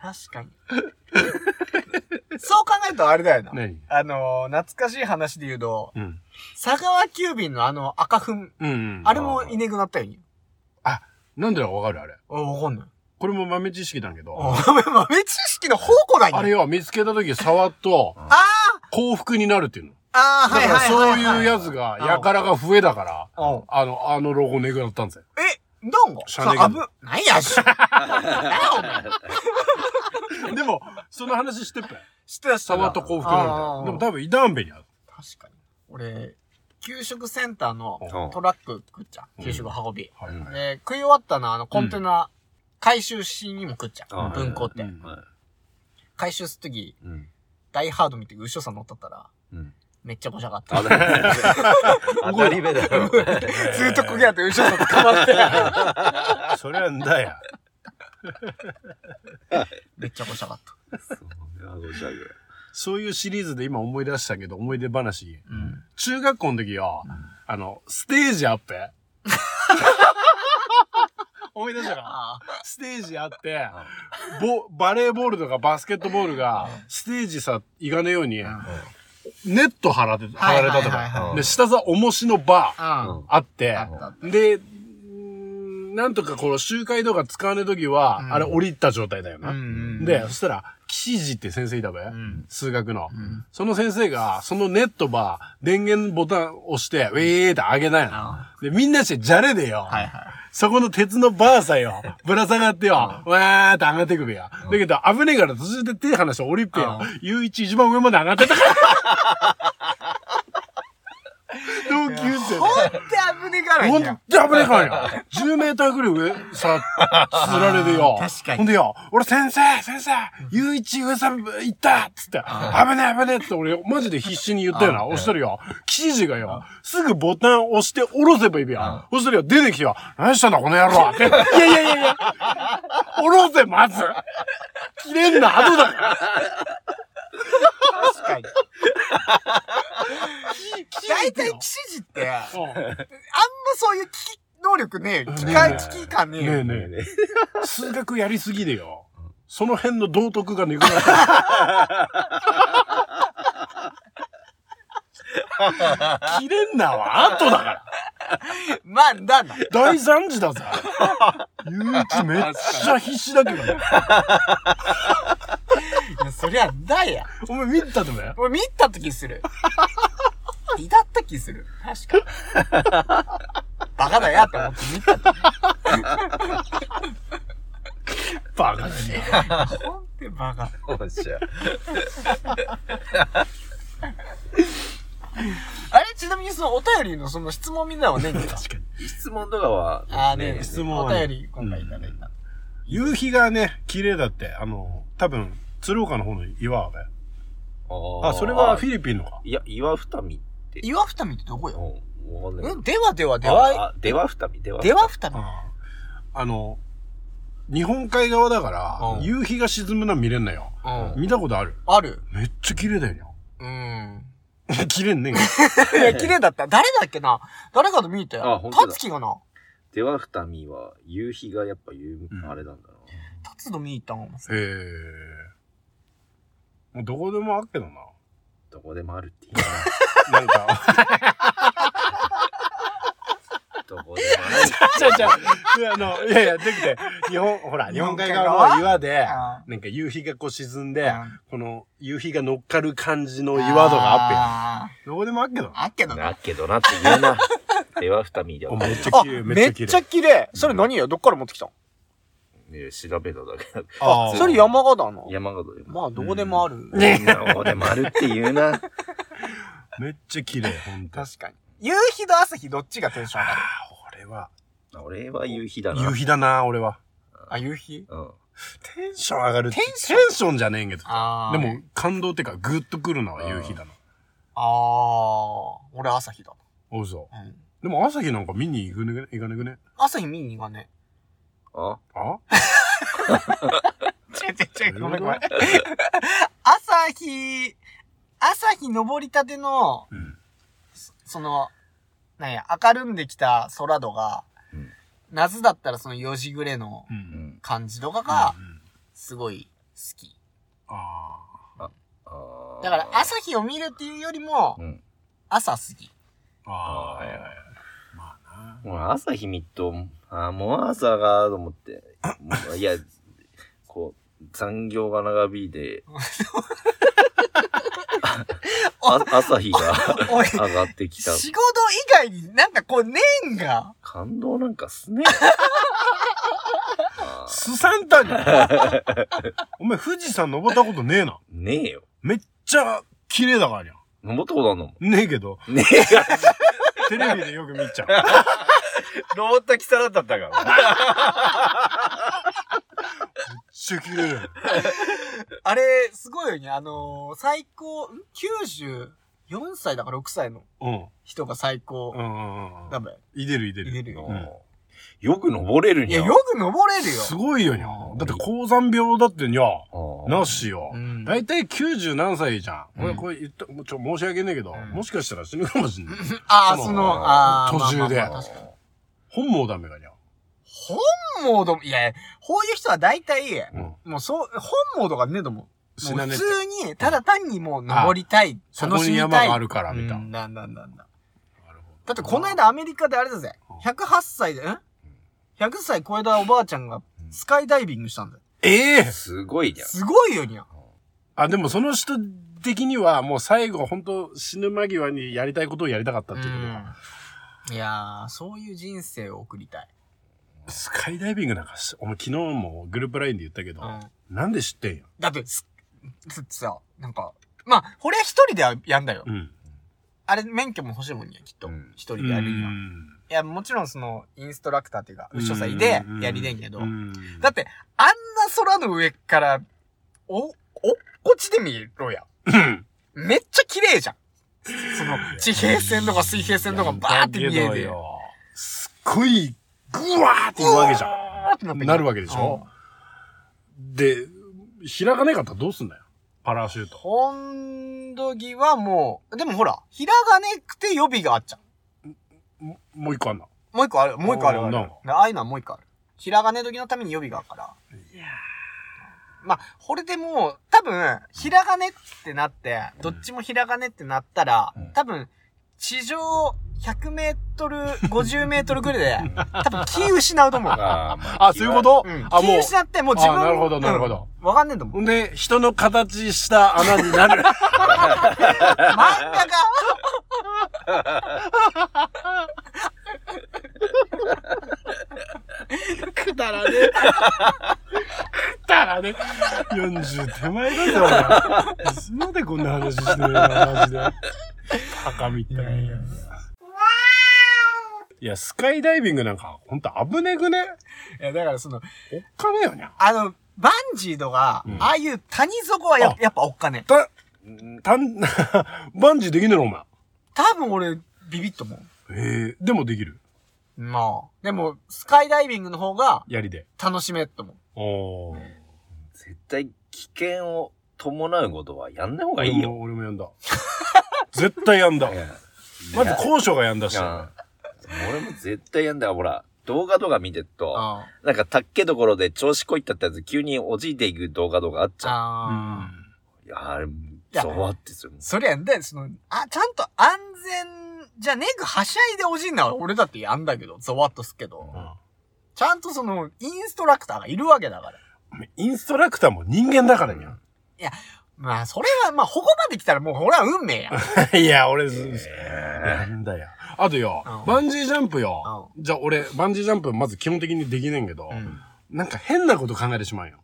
Speaker 1: 確かに。そう考えるとあれだよな。
Speaker 3: 何
Speaker 1: あのー、懐かしい話で言うと、
Speaker 3: うん。
Speaker 1: 佐川急便のあの赤粉、
Speaker 3: うんうん。
Speaker 1: あれもいねくなったように。
Speaker 3: なんでだかわかるあれ。
Speaker 1: あ、わかんない。
Speaker 3: これも豆知識だけど。
Speaker 1: お前豆知識の宝庫だよ。
Speaker 3: あれは見つけた時触っと
Speaker 2: あ
Speaker 1: あ
Speaker 3: 幸福になるっていうの。
Speaker 1: ああ、
Speaker 3: だ
Speaker 1: は
Speaker 3: か
Speaker 1: い
Speaker 3: ら
Speaker 1: はい
Speaker 3: そ
Speaker 1: は
Speaker 3: う
Speaker 1: い、はい。
Speaker 3: いうやつが、やからが増えだから、
Speaker 1: うん。
Speaker 3: あの、あのロゴネグだったんですよ。
Speaker 1: え、どんご
Speaker 3: シャネル
Speaker 1: あぶ、なんや
Speaker 3: [LAUGHS]
Speaker 1: し。
Speaker 3: でも、その話してっぺ。
Speaker 1: 知ってた知ってた。
Speaker 3: 触っと幸福になるみたい
Speaker 1: ああ
Speaker 3: な。でも多分、イダンベにある。
Speaker 1: 確かに。俺、給食センターの
Speaker 2: うん
Speaker 1: トラック食っちゃう。給食運び。
Speaker 3: はい
Speaker 2: うん
Speaker 3: はい。
Speaker 1: で、食い終わったのはあの、コンテナ、回収しにも食っちゃ
Speaker 2: あ
Speaker 1: う。
Speaker 2: ー
Speaker 1: 文庫っ
Speaker 3: う
Speaker 1: て。
Speaker 3: ん
Speaker 2: は
Speaker 1: 回収するとき、
Speaker 2: い。うん。
Speaker 1: ダイハード見て、後ろさん乗っとったら、
Speaker 2: うん。
Speaker 1: めっちゃこしゃか [LAUGHS] った
Speaker 2: あ。だ当たり目だよ。
Speaker 1: ずーっとこげやって、後ろさん捕まって。
Speaker 3: それはんだや。
Speaker 1: めっちゃこしゃかった。
Speaker 2: あどうしたぐらい
Speaker 3: そういうシリーズで今思い出したけど、思い出話。
Speaker 1: うん。
Speaker 3: 中学校の時は、あの、ステージあっぺ。思い出したか
Speaker 1: ああ。
Speaker 3: ステージあって、ボ、バレーボールとかバスケットボールが、ステージさ、いがのように、ネット張られて、張られたと
Speaker 1: はいはいはい
Speaker 2: は
Speaker 3: か。
Speaker 2: い
Speaker 3: で、下さ、重しのバー、
Speaker 1: あ
Speaker 2: うん
Speaker 3: あって
Speaker 1: あった。
Speaker 3: で、うーんなんとかこの集会とか使わねえ時は、
Speaker 1: うん
Speaker 3: あれ降りた状態だよ
Speaker 1: うんう
Speaker 3: な。
Speaker 1: ん。
Speaker 3: で、そしたら、岸地って先生いたべ、
Speaker 1: ん
Speaker 3: 数学の、
Speaker 1: ん
Speaker 3: その先生が、そのネットバー、電源ボタン押して、ウェーって上げないの
Speaker 1: あ。
Speaker 3: で、みんなして、じゃれでよ。
Speaker 1: はいはい。
Speaker 3: そこの鉄のバーさよ、ぶら下がってよ、わーって上がってくべや。だけど、危ねえから途中で手離して降りっぺよ
Speaker 1: うん。
Speaker 3: ゆういち一番上まで上がってた
Speaker 1: [LAUGHS]
Speaker 3: から。同級生
Speaker 1: ほんと危ねえから
Speaker 3: ほん
Speaker 1: い
Speaker 3: と
Speaker 1: や。
Speaker 3: 危ねえからや。10メーターぐらい上、さ、つられてよ。
Speaker 1: 確かに
Speaker 3: ほんでよ、俺先生、先生、ゆういち上さん行ったっつって、危ねえ危ねえって俺、マジで必死に言ったよな。押したらよ、記事がよ、すぐボタン押して下ろせばいいべや。そしたらよ、出てきてよ、何したんだこの野郎 [LAUGHS] って。いやいやいやいや、下ろせ、まず。切れんな、後だから。
Speaker 1: 確かに。大体、記事って、
Speaker 3: うん
Speaker 1: あんまそういう聞き能力ねえよ。機械聞き感ねえ
Speaker 3: ね
Speaker 1: よ
Speaker 3: え。ねえ。
Speaker 2: ね
Speaker 3: 数学やりすぎでよ。その辺の道徳がねぐらった。切れんなは後だから。
Speaker 1: まあ、なんだ。
Speaker 3: 大惨事だぜ。ゆういちめっちゃ必死だけどね。
Speaker 1: いやそりゃ、だや。
Speaker 3: お前見てたってね。
Speaker 1: 俺見たときす
Speaker 3: [LAUGHS]
Speaker 1: る。見だった気する。確かに。バカだやって思って見たと
Speaker 3: バカだね。
Speaker 1: き。ほんとバカ。
Speaker 2: おっしゃ。
Speaker 1: のお便りのその質問みんなはねんけど。
Speaker 3: かに。
Speaker 2: 質問とかは、
Speaker 1: ああね、
Speaker 3: 質問はね
Speaker 1: お便り今回いただいた。
Speaker 3: 夕日がね、綺麗だって、あの、多分、鶴岡の方の岩だよ。
Speaker 2: あ
Speaker 3: あ、それはフ
Speaker 2: ィ
Speaker 3: ィリピンのか。
Speaker 2: いや、岩二見って。
Speaker 1: 岩二見ってどこ
Speaker 2: う
Speaker 1: よ、
Speaker 2: ん、わかんないけ
Speaker 1: う
Speaker 2: ど
Speaker 1: ん、。ではではで
Speaker 2: あ
Speaker 1: は、
Speaker 2: あでは二見、では。
Speaker 1: では二見。
Speaker 3: ああの、日本海側だから
Speaker 1: う、ん
Speaker 3: 夕日が沈むのは見れんのよ。
Speaker 1: うん。
Speaker 3: 見たことある
Speaker 1: ある。
Speaker 3: めっちゃ綺麗だよね。
Speaker 1: うん。
Speaker 3: [LAUGHS] 綺麗ね。
Speaker 1: いや、綺麗だった。誰だっけな誰かと見えたよ。
Speaker 2: あ本当だ
Speaker 1: たつきがな。
Speaker 2: では二見は、夕日がやっぱ夕、
Speaker 3: うん
Speaker 2: あれなんだな。
Speaker 1: たつの見に行ったもん。
Speaker 3: へえ。もうどこでもあっけどな。
Speaker 2: どこでもあるって言う
Speaker 3: なん [LAUGHS] か、
Speaker 2: な。どこでもある。
Speaker 3: じゃじゃあの、いやいや、できて、日本、ほら、日本海側の岩で、なんか夕日がこう沈んで、この夕日が乗っかる感じの岩とかあっぺ
Speaker 1: あ
Speaker 3: よ。どこでもあっけどな。
Speaker 1: あっけどな。
Speaker 2: だけどなって言うな。では二見で
Speaker 3: お
Speaker 2: は。
Speaker 3: めっちゃ
Speaker 1: あ、
Speaker 3: 綺麗、
Speaker 1: めっちゃ綺麗。それ何よどっから持ってきたの
Speaker 2: いや調べただけだけ
Speaker 3: あ
Speaker 1: それ山形なの
Speaker 2: 山形でも。
Speaker 1: まあ、どこでもある。
Speaker 3: ね
Speaker 2: どこでもあるって言うな。
Speaker 3: めっちゃ綺麗、ほんと。
Speaker 1: 確かに。夕日と朝日どっちがテンション上がる
Speaker 3: 俺は、
Speaker 2: 俺は夕日だな。
Speaker 3: 夕日だな、俺は。
Speaker 1: あ、夕日
Speaker 2: うん。
Speaker 3: テンション上がる
Speaker 1: テンション
Speaker 3: テンションじゃねえけど。
Speaker 1: あ
Speaker 3: でも、感動ってか、ぐっとくるのは夕日だ
Speaker 1: あ
Speaker 3: な。
Speaker 1: あ、俺朝日だ。
Speaker 3: おうそ
Speaker 1: うん。
Speaker 3: でも、朝日なんか見に行くね、行かねくね。
Speaker 1: 朝日見に行かね。
Speaker 2: あ
Speaker 3: あ
Speaker 1: ちょち
Speaker 3: ょごめんごめん。
Speaker 1: 朝日、朝日登りたての、
Speaker 3: うん。
Speaker 1: その、なんや、明るんできた空度が、
Speaker 2: うん
Speaker 1: 夏だったらその4時ぐれの
Speaker 2: うん。
Speaker 1: 感じとかが
Speaker 3: う、ん
Speaker 1: すごい好き。
Speaker 3: あ
Speaker 2: あー
Speaker 1: だから、朝日を見るっていうよりも
Speaker 2: う、ん。
Speaker 1: 朝過ぎ。
Speaker 3: あ。ああ、
Speaker 2: あー
Speaker 3: いやいやまあな。
Speaker 2: もう朝日見っと、あーもう朝が、と思って。もういや、こう、残業が長引
Speaker 1: [LAUGHS]
Speaker 2: いて、あ朝日が
Speaker 1: おい、
Speaker 2: 上がってきた。
Speaker 1: [LAUGHS] 仕事以外になんかこう、念が、
Speaker 2: 感動なんかすねえ。あー
Speaker 3: すさんたにお前、富士山登ったことねえな。
Speaker 2: ねえよ。
Speaker 3: めっちゃ綺麗だからにゃ。
Speaker 2: 登ったことあんのも
Speaker 3: ねえけど、
Speaker 2: ん。ねえよ。
Speaker 3: テレビでよく見ちゃう。
Speaker 2: 登った木更だった [LAUGHS] から。
Speaker 3: めっちゃ綺麗だよ。
Speaker 1: あれ、すごいよね。あのー最高、ん94歳だか6歳の
Speaker 3: うん。
Speaker 1: 人が最高
Speaker 3: う。んうんうんう
Speaker 1: 多
Speaker 3: ん。
Speaker 1: 分、
Speaker 3: いでるいで
Speaker 1: い
Speaker 3: る。
Speaker 1: れるよ。
Speaker 3: うん
Speaker 2: よく登れる
Speaker 1: い
Speaker 2: にゃ。
Speaker 1: や、よく登れるよ。
Speaker 3: すごいよにゃ
Speaker 1: う。
Speaker 3: だって高山病だってにゃ。
Speaker 2: あー
Speaker 3: なしよ
Speaker 1: う。ん
Speaker 3: だいたい90何歳じゃん。
Speaker 1: う
Speaker 3: 俺
Speaker 1: ん
Speaker 3: これ言った、もうちょ、申し訳ねえけど、
Speaker 1: うん
Speaker 3: もしかしたら死ぬかもしんない。
Speaker 1: ああ、
Speaker 3: その
Speaker 1: その、ああ、
Speaker 3: 途中で
Speaker 1: まあまあまあ確かに
Speaker 3: 本望ダメだにゃ。
Speaker 1: 本望と、いや、こういう人は大体、
Speaker 3: うん。
Speaker 1: もうそう、本望とかねえと思う。
Speaker 3: 死
Speaker 1: も
Speaker 3: な
Speaker 1: う
Speaker 3: ね
Speaker 1: 普
Speaker 3: え。
Speaker 1: 通に、ただ単にもう登りたい。
Speaker 3: そ
Speaker 1: 楽
Speaker 3: こ
Speaker 1: し
Speaker 3: に
Speaker 1: み
Speaker 3: 山
Speaker 1: たい。
Speaker 3: があるから、みた
Speaker 1: う
Speaker 3: い
Speaker 1: ん
Speaker 3: な。
Speaker 1: なんだなんだなんだ。
Speaker 3: なるほど
Speaker 1: だってこの間アメリカであれだぜ。108歳で、ん ?100 歳超えたおばあちゃんがスカイダイビングしたんだよ。
Speaker 3: ええ
Speaker 2: すごいにゃ。
Speaker 1: すごいよにゃ。
Speaker 3: あ、でもその人的には、もう最後、本当死ぬ間際にやりたいことをやりたかったっていうことか。
Speaker 1: うんいやー、そういう人生を送りたい。
Speaker 3: スカイダイビングなんかし、お前昨日もグループラインで言ったけど、
Speaker 1: うん
Speaker 3: なんで知ってんや。
Speaker 1: だってす、だってさ、なんか、まあ、これは一人ではやんだよ。
Speaker 3: うん。
Speaker 1: あれ、免許も欲しいもんね、きっと
Speaker 2: うん。
Speaker 1: 一、人でやるには。
Speaker 3: う
Speaker 1: い
Speaker 3: ん
Speaker 1: や、もちろんその、インストラクターっていうか、後ろさいで
Speaker 3: うん
Speaker 1: やりでんけど
Speaker 3: う。ん
Speaker 1: だって、あんな空の上から、お、おっこちで見ろや。
Speaker 3: うん
Speaker 1: めっちゃ綺麗じゃん。その、地平線とか水平線とかバーって見え
Speaker 3: だ
Speaker 1: て。
Speaker 3: けど
Speaker 1: うわ
Speaker 3: よすっごい、ぐわーって言うわけじゃ
Speaker 1: ーってなって
Speaker 3: なるわけでしょん。で、開かねえかったらどうすんだよ。パラシュート。
Speaker 1: 本土着はもう、でもほら、ひらがねくて予備があっちゃ
Speaker 3: ももう一個あんな。
Speaker 1: う。もう一個ある、もう一個ある
Speaker 3: おー
Speaker 1: ある
Speaker 3: なるほ
Speaker 1: ああいうのはもう一個ある。ひらがね時のために予備があるから。まあ、これでもう、多分、ひらがねってなって、どっちもひらがねってなったら、
Speaker 2: うん
Speaker 1: 多分、地上100メートル、50メートルぐらいで、 [LAUGHS] 多分気失うと思う。
Speaker 2: あーまあ
Speaker 3: あ、そういうこと
Speaker 1: うん、
Speaker 3: あ、
Speaker 1: 気
Speaker 3: もう。
Speaker 1: 失って、もう自分。
Speaker 3: あ、なるほど、なるほど。
Speaker 1: うん。わかんねえと
Speaker 3: [LAUGHS]
Speaker 1: 思う。
Speaker 3: ほんで、人の形した穴になる。
Speaker 1: 漫画が。くだらねえ。
Speaker 3: ったらね。40手前だぞ、お前。いつまでこんな話してるのマジで。バカみたいな。いや、スカイダイビングなんか、ほんと危ねくね
Speaker 1: いや、だからその、
Speaker 3: おっかねえよね。
Speaker 1: あの、バンジーとか、
Speaker 3: うん
Speaker 1: ああいう谷底はや
Speaker 3: あ
Speaker 1: やっぱおっかねえ。
Speaker 3: た、たん、 [LAUGHS] バンジーできねえのお前。
Speaker 1: 多分俺、ビビッと思
Speaker 3: ええでもできる。
Speaker 1: う。まあ。でも、スカイダイビングの方が
Speaker 3: 槍で。
Speaker 1: 楽しめっと思う。
Speaker 3: おー。
Speaker 2: 絶対危険を伴うことはやんない方がいいよ。
Speaker 3: 俺も俺もやんだ。 [LAUGHS] 絶対やんだ。まず高所がやんだし。
Speaker 2: うん俺も絶対やんだよ、ほら。動画とか見てると、
Speaker 1: あ
Speaker 2: なんか、たっけどころで調子こいったってやつ、急におじいていく動画とかあっちゃ
Speaker 3: う
Speaker 1: あー。
Speaker 3: ん。
Speaker 2: う。いや、あれ、
Speaker 1: や
Speaker 2: ゾワってするもん。
Speaker 1: そりゃ、で、その、あ、ちゃんと安全じゃねえくはしゃいでおじいな俺だってやんだけど、ゾワッとすっけど。
Speaker 2: うん
Speaker 1: ちゃんとその、インストラクターがいるわけだから。
Speaker 3: インストラクターも人間だからにゃ。
Speaker 1: まあ、それは、まあ、ここまで来たらもう、俺は運命や。
Speaker 3: [LAUGHS] いや、俺、
Speaker 2: え
Speaker 3: なんだよ。あとよ
Speaker 1: うん、
Speaker 3: バンジージャンプよ。じゃあ俺、バンジージャンプまず基本的にできねえんけど、
Speaker 1: うん。
Speaker 3: なんか変なこと考えてしまうよ。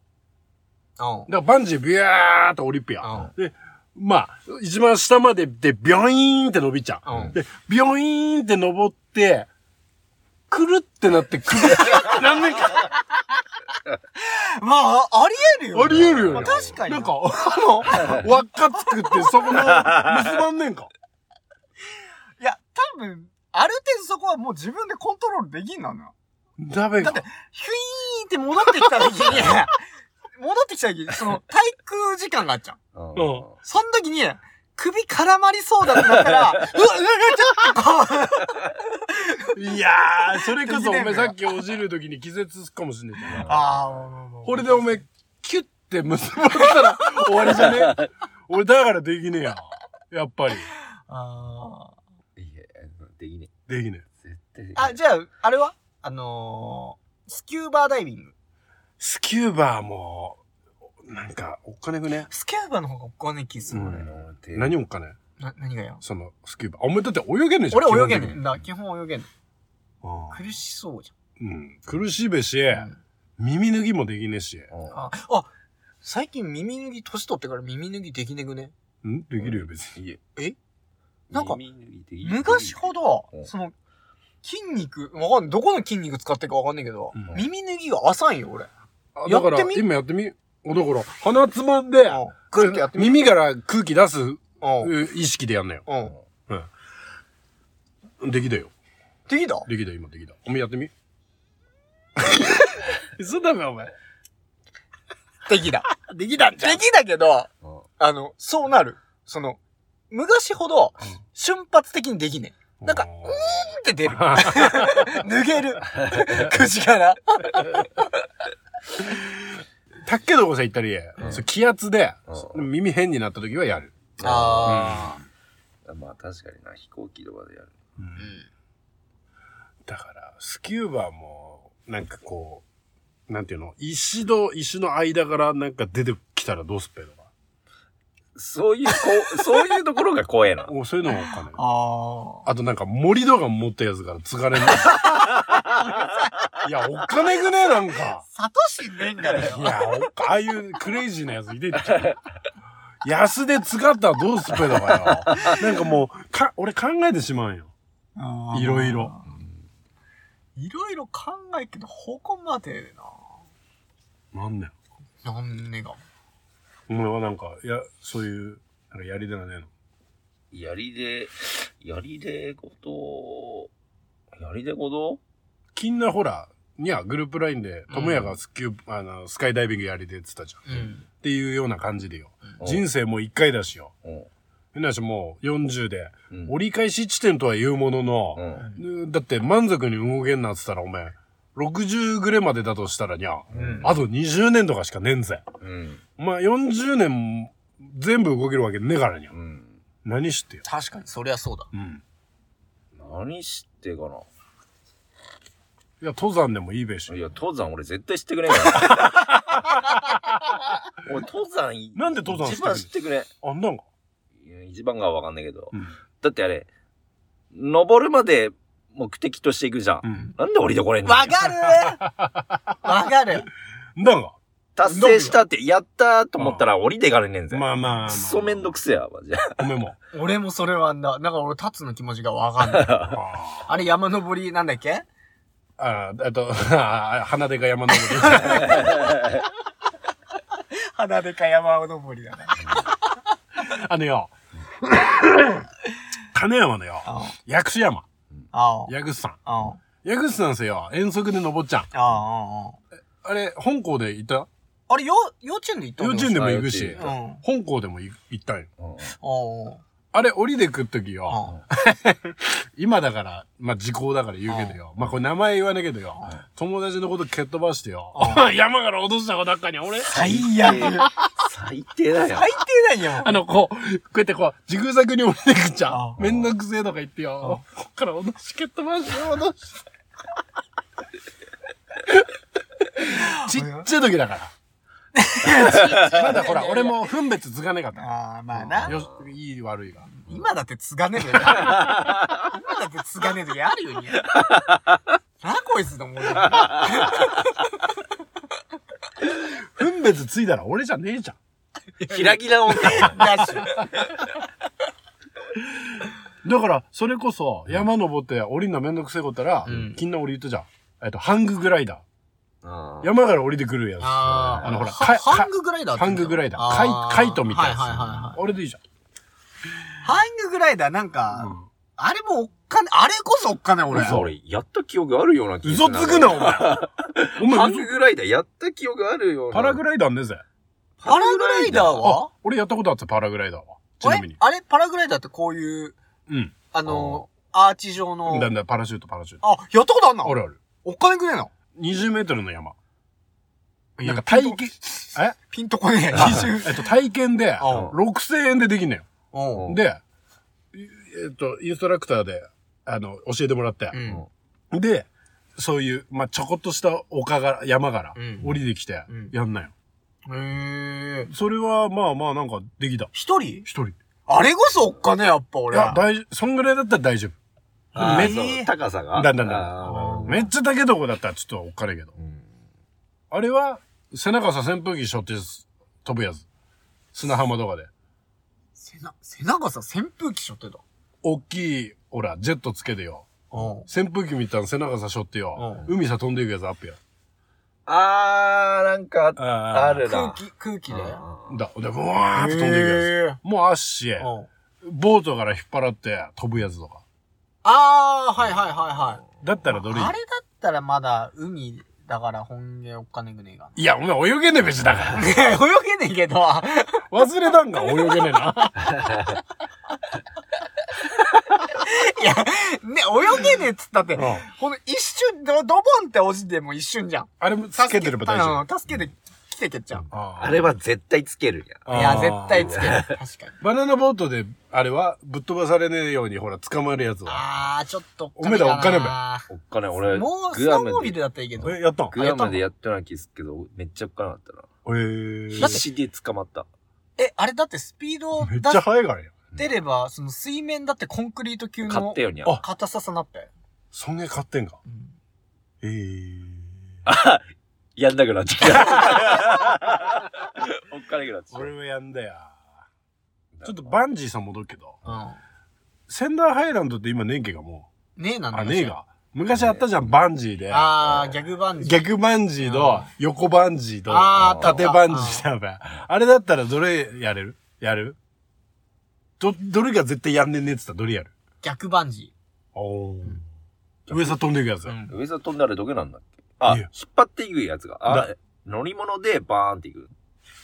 Speaker 1: うん。
Speaker 3: だからバンジービューっとオリンピア。で、まあ、一番下まででビョイーンって伸びちゃ
Speaker 1: う
Speaker 3: う。
Speaker 1: ん
Speaker 3: で、ビョイーンって登って、くるってなって
Speaker 1: [LAUGHS]
Speaker 3: くるってなんねんか。
Speaker 1: まあ、あありえるよね。
Speaker 3: ありえるよ
Speaker 1: ま
Speaker 3: ね
Speaker 1: あ、。確かに。
Speaker 3: なんか、あの、輪っか作ってそこの結ばんねんか。
Speaker 1: いや、多分、ある程度そこはもう自分でコントロールできんなのよ。
Speaker 3: ダメ
Speaker 1: だっ
Speaker 3: か
Speaker 1: て。、ヒュイーンって戻ってきた時に、
Speaker 3: [LAUGHS]
Speaker 1: 戻ってきた時に、その、滞空時間があっちゃう。
Speaker 2: うん
Speaker 3: うん
Speaker 1: その時に、首絡まりそうだってなったら、 [LAUGHS] うわ、うわ、うわちょっとこう。
Speaker 3: いやー、それこそおめえさっき落ちる時に気絶すっかもしんねえじゃ
Speaker 1: あ
Speaker 3: ん。
Speaker 1: あ、
Speaker 3: これでおめえ、キュッて結ばれたら終わりじゃ [LAUGHS] ね俺だからできねえや。やっぱり。
Speaker 1: あ
Speaker 2: いや、できね
Speaker 3: できねえ。
Speaker 2: え。絶
Speaker 1: ー
Speaker 2: 対できねえ
Speaker 1: あ、じゃあ、あれはあのー、スキューバーダイビング。
Speaker 3: スキューバーも、なんか、おっかねくね。
Speaker 1: スキューバーの方がお金気する、
Speaker 3: う
Speaker 1: 俺
Speaker 3: ん。
Speaker 2: 俺手
Speaker 3: 何おっかね
Speaker 1: な、何がよ。
Speaker 3: その、スキューバー。お前だって泳げねえじゃん。
Speaker 1: 俺泳げんね
Speaker 3: 基
Speaker 1: ん。だ、基本泳げんねん。
Speaker 3: 本的に
Speaker 1: 苦しそうじ
Speaker 3: うん。苦しいべし、
Speaker 1: ゃん。うん
Speaker 3: 耳脱ぎもできねえし。
Speaker 2: うん
Speaker 1: あ、あ、最近耳脱ぎ、年取ってから耳脱ぎできねくね。
Speaker 3: んできるよ、別に。
Speaker 2: いや
Speaker 1: えなんか
Speaker 2: 耳にできる
Speaker 1: 昔ほど
Speaker 2: う、ん
Speaker 1: その、筋肉、わかんない。どこの筋肉使ってるかわかんないけど、
Speaker 3: うん
Speaker 1: 耳脱ぎが浅いよ、俺。
Speaker 3: あ
Speaker 1: や
Speaker 3: だ
Speaker 1: って
Speaker 3: か
Speaker 1: み
Speaker 3: ら、今やってみ。おだから、鼻つまんで、
Speaker 1: グッてやってみ
Speaker 3: 耳から空気出す
Speaker 1: うん。うん。
Speaker 3: う意識でやんなよ。できたよ。
Speaker 1: できた
Speaker 3: できた、今できた。お前やってみ。 [LAUGHS] 嘘だめ、お前。
Speaker 1: できた。できた [LAUGHS] んじゃできたけど、
Speaker 2: うん
Speaker 1: あの、そうなる。その、昔ほど、瞬発的にできねえ。なんか、うーんって出る。 [LAUGHS] 脱げ [LAUGHS] る。口から。
Speaker 3: たっけどこさん言ったり、そう気圧で、
Speaker 2: う
Speaker 3: 耳変になった時はやる。
Speaker 1: あ
Speaker 2: まあ確かにな、飛行機とかでやる。
Speaker 1: あ。
Speaker 3: だから、スキューバーも、なんかこう、なんていうの石と石の間からなんか出てきたらどうすっぺとか。
Speaker 2: そういう、こ [LAUGHS] う、そういうところが怖えな。
Speaker 3: おそういうのもおっかねえ。
Speaker 1: ああ。
Speaker 3: あとなんか森戸が持ったやつから継が [LAUGHS] れる。いや、おっかねくねなんか。
Speaker 1: サトシレンガだよ
Speaker 3: い。や、おっかああいうクレイジーなやついてっちゃう。安で使ったらどうすっぺだかよ。なんかもう、か、俺考えてしまうんよ。いろいろ。
Speaker 1: いろいろ考えけど、ここまで
Speaker 3: なんだよ。
Speaker 1: な。なんねが。
Speaker 3: お前はなんか、いや、そういう、なんかやり手がねえの。
Speaker 2: 槍で、槍でごと、槍でごと
Speaker 3: 金なほら、にゃ、グループラインで、ともやがスキュー、あの、スカイダイビングやりてって言ったじゃん。
Speaker 1: うん。
Speaker 3: っていうような感じでよ。
Speaker 2: うん
Speaker 3: 人生もう一回だしよ。
Speaker 2: うん
Speaker 3: 変なしもう40で、
Speaker 2: うん
Speaker 3: 折り返し地点とは言うものの
Speaker 2: う、ん
Speaker 3: だって満足に動けんなってったらお前、60ぐらいまでだとしたらにゃ、
Speaker 1: うん
Speaker 3: あと20年とかしかねえんぜ。
Speaker 2: うん。
Speaker 3: お前40年全部動けるわけねえからにゃ
Speaker 2: う。ん。
Speaker 3: 何知ってよ。
Speaker 1: 確かに、そりゃそうだ。
Speaker 3: うん。
Speaker 2: 何してかない
Speaker 3: や、登山でもいいべし。
Speaker 2: いや、登山俺絶対知って
Speaker 3: [LAUGHS]
Speaker 2: くれんから。俺登山い、
Speaker 3: なんで登山知っ
Speaker 2: 一
Speaker 3: てくれん
Speaker 2: 番知ってくれん。
Speaker 3: あんなんか。
Speaker 2: いや一番がわかんないけど。
Speaker 3: うん
Speaker 2: だってあれ、登るまで目的としていくじゃん。
Speaker 3: うん。
Speaker 1: [LAUGHS]
Speaker 2: なんで降りてこれんの
Speaker 1: わかるわかる
Speaker 3: なんか。
Speaker 2: 達成したって、やったーと思ったら降りていかれねえんぜ。
Speaker 3: まあまあまあ。
Speaker 2: くそめんどくせえや、マジで。
Speaker 3: おめも。
Speaker 1: 俺もそれはな、だから俺、タツの気持ちがわかんない。
Speaker 3: あー
Speaker 1: あれ、山登りなんだっけ
Speaker 3: あー、えっと、 [LAUGHS] あー鼻でが山登り。 [LAUGHS]
Speaker 1: 花でか山登りだね。
Speaker 3: あのよ、金山のよ、
Speaker 1: あ
Speaker 3: 薬師山、
Speaker 1: あ。あ
Speaker 3: 薬師さん。
Speaker 1: あ。あ
Speaker 3: 薬師さんですよ、遠足で登っちゃん。
Speaker 1: あ。ああ。
Speaker 3: あれ、本校で行った
Speaker 1: あれ、よ、幼稚園で行った
Speaker 3: 幼稚園でも行く
Speaker 2: 幼
Speaker 3: し
Speaker 2: 稚
Speaker 1: う、ん。あ
Speaker 3: 本校でも行行ったんよ。
Speaker 1: あ。
Speaker 3: あれ、降りてくっときよ、
Speaker 1: あ
Speaker 3: 今だから、まあ、時効だから言うけどよ。まあ、これ名前言わないけどよ。友達のこと蹴っ飛ばしてよ。山から落とした子ばっかに俺、
Speaker 1: 最悪。
Speaker 2: 最低だよ。
Speaker 1: 最低だよ。
Speaker 3: あの、こう、こうやってこう、ジグザグに降りてくじゃん
Speaker 1: あ。
Speaker 3: めんどくせえとか言ってよ。こっから落とし蹴っ飛ばしてよ、落とし。ちっちゃい時
Speaker 1: [LAUGHS]
Speaker 3: だから。まだほら、俺も分別つかねえかっ
Speaker 1: ああ、まあ
Speaker 3: た。
Speaker 1: な。
Speaker 3: よし、いい悪いが。
Speaker 1: 今だってつがねえで。今だってつがねえでやるよ、になこいつと思うよ。
Speaker 3: 分別ついたら俺じゃねえじゃん。
Speaker 2: ひらぎな音
Speaker 3: [LAUGHS]
Speaker 2: 感。
Speaker 1: だし。
Speaker 3: だから、それこそ、山登って降りんのめんどくせえことら、
Speaker 1: うん
Speaker 3: きんな俺言ったじゃん。えっと、ハンググライダ
Speaker 2: うん
Speaker 3: ー。山から降りてくるやつ。
Speaker 1: あ
Speaker 3: あのほら
Speaker 1: ハ
Speaker 3: か
Speaker 1: ハンググライダーって
Speaker 3: ハ
Speaker 1: 言う
Speaker 3: ン
Speaker 1: んだ
Speaker 3: ググライダー。カイ
Speaker 1: あー
Speaker 3: カイトみたいなやつ。
Speaker 1: はいはいはいは
Speaker 3: 俺でいいじ
Speaker 1: い。ハンググライダーなん
Speaker 3: ゃん。
Speaker 1: か、あれもおっかね、あれこそおっかね、俺。
Speaker 2: 俺、俺、やった記憶あるような気がす
Speaker 3: 嘘
Speaker 2: る
Speaker 3: つくな、お前。お
Speaker 2: ハ
Speaker 3: 前
Speaker 2: ング
Speaker 3: 嘘、
Speaker 2: グライダーやった記憶あるような。
Speaker 3: パラグライダーねぜ。
Speaker 1: パラグライダー
Speaker 3: あ
Speaker 1: は、
Speaker 3: 俺やったことあった、パラグライダーは。ち
Speaker 1: あ
Speaker 3: な
Speaker 1: れ
Speaker 3: みに。
Speaker 1: あれパラグライダーってこういう、
Speaker 3: うん。
Speaker 1: あの、アーチ状の。
Speaker 3: だんだんパラシュート、パラシュート。
Speaker 1: あ、やったことあんの
Speaker 3: あるある。
Speaker 1: おっかねくねえの
Speaker 3: 20メートルの山。なんか
Speaker 1: いや
Speaker 3: 体験、え
Speaker 1: ピンとこねえ。二重
Speaker 3: えっと、体験で、
Speaker 1: うん
Speaker 3: 6000円でできんのよ。
Speaker 1: うん
Speaker 2: ん
Speaker 3: で、えっと、インストラクターで、あの、教えてもらって。
Speaker 1: うん。
Speaker 3: で、そういう、まあ、ちょこっとした丘から、山から
Speaker 1: うん、
Speaker 3: 降りてきて
Speaker 1: うん、
Speaker 3: やんなよ。
Speaker 1: へえ。
Speaker 3: それは、まあまあ、なんか、できた。
Speaker 1: 一人
Speaker 3: 一人。い
Speaker 1: あれこそおっかねえ、やっぱ俺。
Speaker 3: や、大丈夫。そんぐらいだったら大丈夫。
Speaker 2: あ
Speaker 1: め
Speaker 2: ーそう高さが。
Speaker 3: だんだんだん
Speaker 2: あ
Speaker 3: だん。
Speaker 2: ー
Speaker 3: めっちゃ高いとこだったらちょっとおっかねえけど。
Speaker 2: うん
Speaker 3: あれは、背中さ扇風機しょって飛ぶやつ。砂浜とかで。
Speaker 1: 背中、背中さ、扇風機しょってた。
Speaker 3: おっきい、ほら、ジェットつけてよ。
Speaker 1: うん。
Speaker 3: 扇風機みたいな背中さしょってよ。海さ飛んでいくやつアップや。
Speaker 2: あー、なんかあ
Speaker 3: あ
Speaker 2: ある
Speaker 1: 空
Speaker 2: な。
Speaker 1: 気、空気で。
Speaker 3: だ、で、ブワーって飛んでいくや
Speaker 1: へえ
Speaker 3: つ。もうあっしへ、
Speaker 1: うん。
Speaker 3: ボートから引っ張らって飛ぶやつとか。
Speaker 1: あー、はいはいはいはい。
Speaker 3: だったらどれいい
Speaker 1: あれだったらまだ海だから本家おっかねぐねえが。
Speaker 3: いや、お前泳げねえ別だから。
Speaker 1: 泳げねえけど。
Speaker 3: 忘れたんか、泳げねえ [LAUGHS] な。
Speaker 1: いや、ね、泳げねえっつったって、
Speaker 3: ん
Speaker 1: ほんと一瞬、ドドボンって落ちても一瞬じゃん。
Speaker 3: あれもつけてれば大丈夫。
Speaker 1: 夫。うん助けて、来てけっちゃう。
Speaker 3: あ
Speaker 2: あれは絶対つけるやん。
Speaker 3: ー
Speaker 1: いや、絶対つける。確かに。
Speaker 3: バナナボートで、あれは、ぶっ飛ばされねえように、ほら、捕まえるやつは。
Speaker 1: あー、ちょっと
Speaker 3: おめえらおっかね
Speaker 1: ば。
Speaker 2: おっかね、俺、
Speaker 1: もう、ス
Speaker 2: グ
Speaker 1: ノ
Speaker 2: ア
Speaker 1: ーモー
Speaker 2: ム
Speaker 1: ビル
Speaker 2: で、
Speaker 1: だったらいいけど。
Speaker 3: え、やったん
Speaker 2: グアムでやってない気するけど、めっちゃおっかなかったな。
Speaker 3: えー
Speaker 2: 必死で捕まった。
Speaker 1: え、あれだってスピードを
Speaker 3: めっ
Speaker 1: 出
Speaker 3: ちゃ速いからよ。
Speaker 1: てれば、その水面だってコンクリート級
Speaker 2: 買っ
Speaker 1: の
Speaker 2: たよにゃ。
Speaker 3: あ
Speaker 1: 硬ささなって。
Speaker 3: そんげ買ってんか。
Speaker 1: うん
Speaker 3: えー。
Speaker 2: やんなくなってきた。おっかねくなってきた。
Speaker 3: 俺もやんだよ。ちょっと
Speaker 2: バ
Speaker 3: バンジーさん戻るけど、
Speaker 1: うん。
Speaker 3: センダーハイランドって今ねえけがも
Speaker 1: ねえな
Speaker 3: う。
Speaker 1: んだ
Speaker 3: あ、ねえ。が。昔あったじゃん、バンジーで。
Speaker 1: あー、ギャグバンジー。
Speaker 3: 逆バンジーと、横バンジーと、
Speaker 1: あーあったあった
Speaker 3: 縦バンジーだべ。あれだったらどれやれるやるど、どれが絶対やんねんねって言ったらどれやる
Speaker 1: 逆バンジ
Speaker 3: お上さ飛んでいくやつ
Speaker 1: ー。。ん。
Speaker 2: 上さ飛んだらどけなんだっけあ、
Speaker 3: い
Speaker 2: 引
Speaker 3: や
Speaker 2: っ張っていくやつが。あ、乗り物でバーンっていく。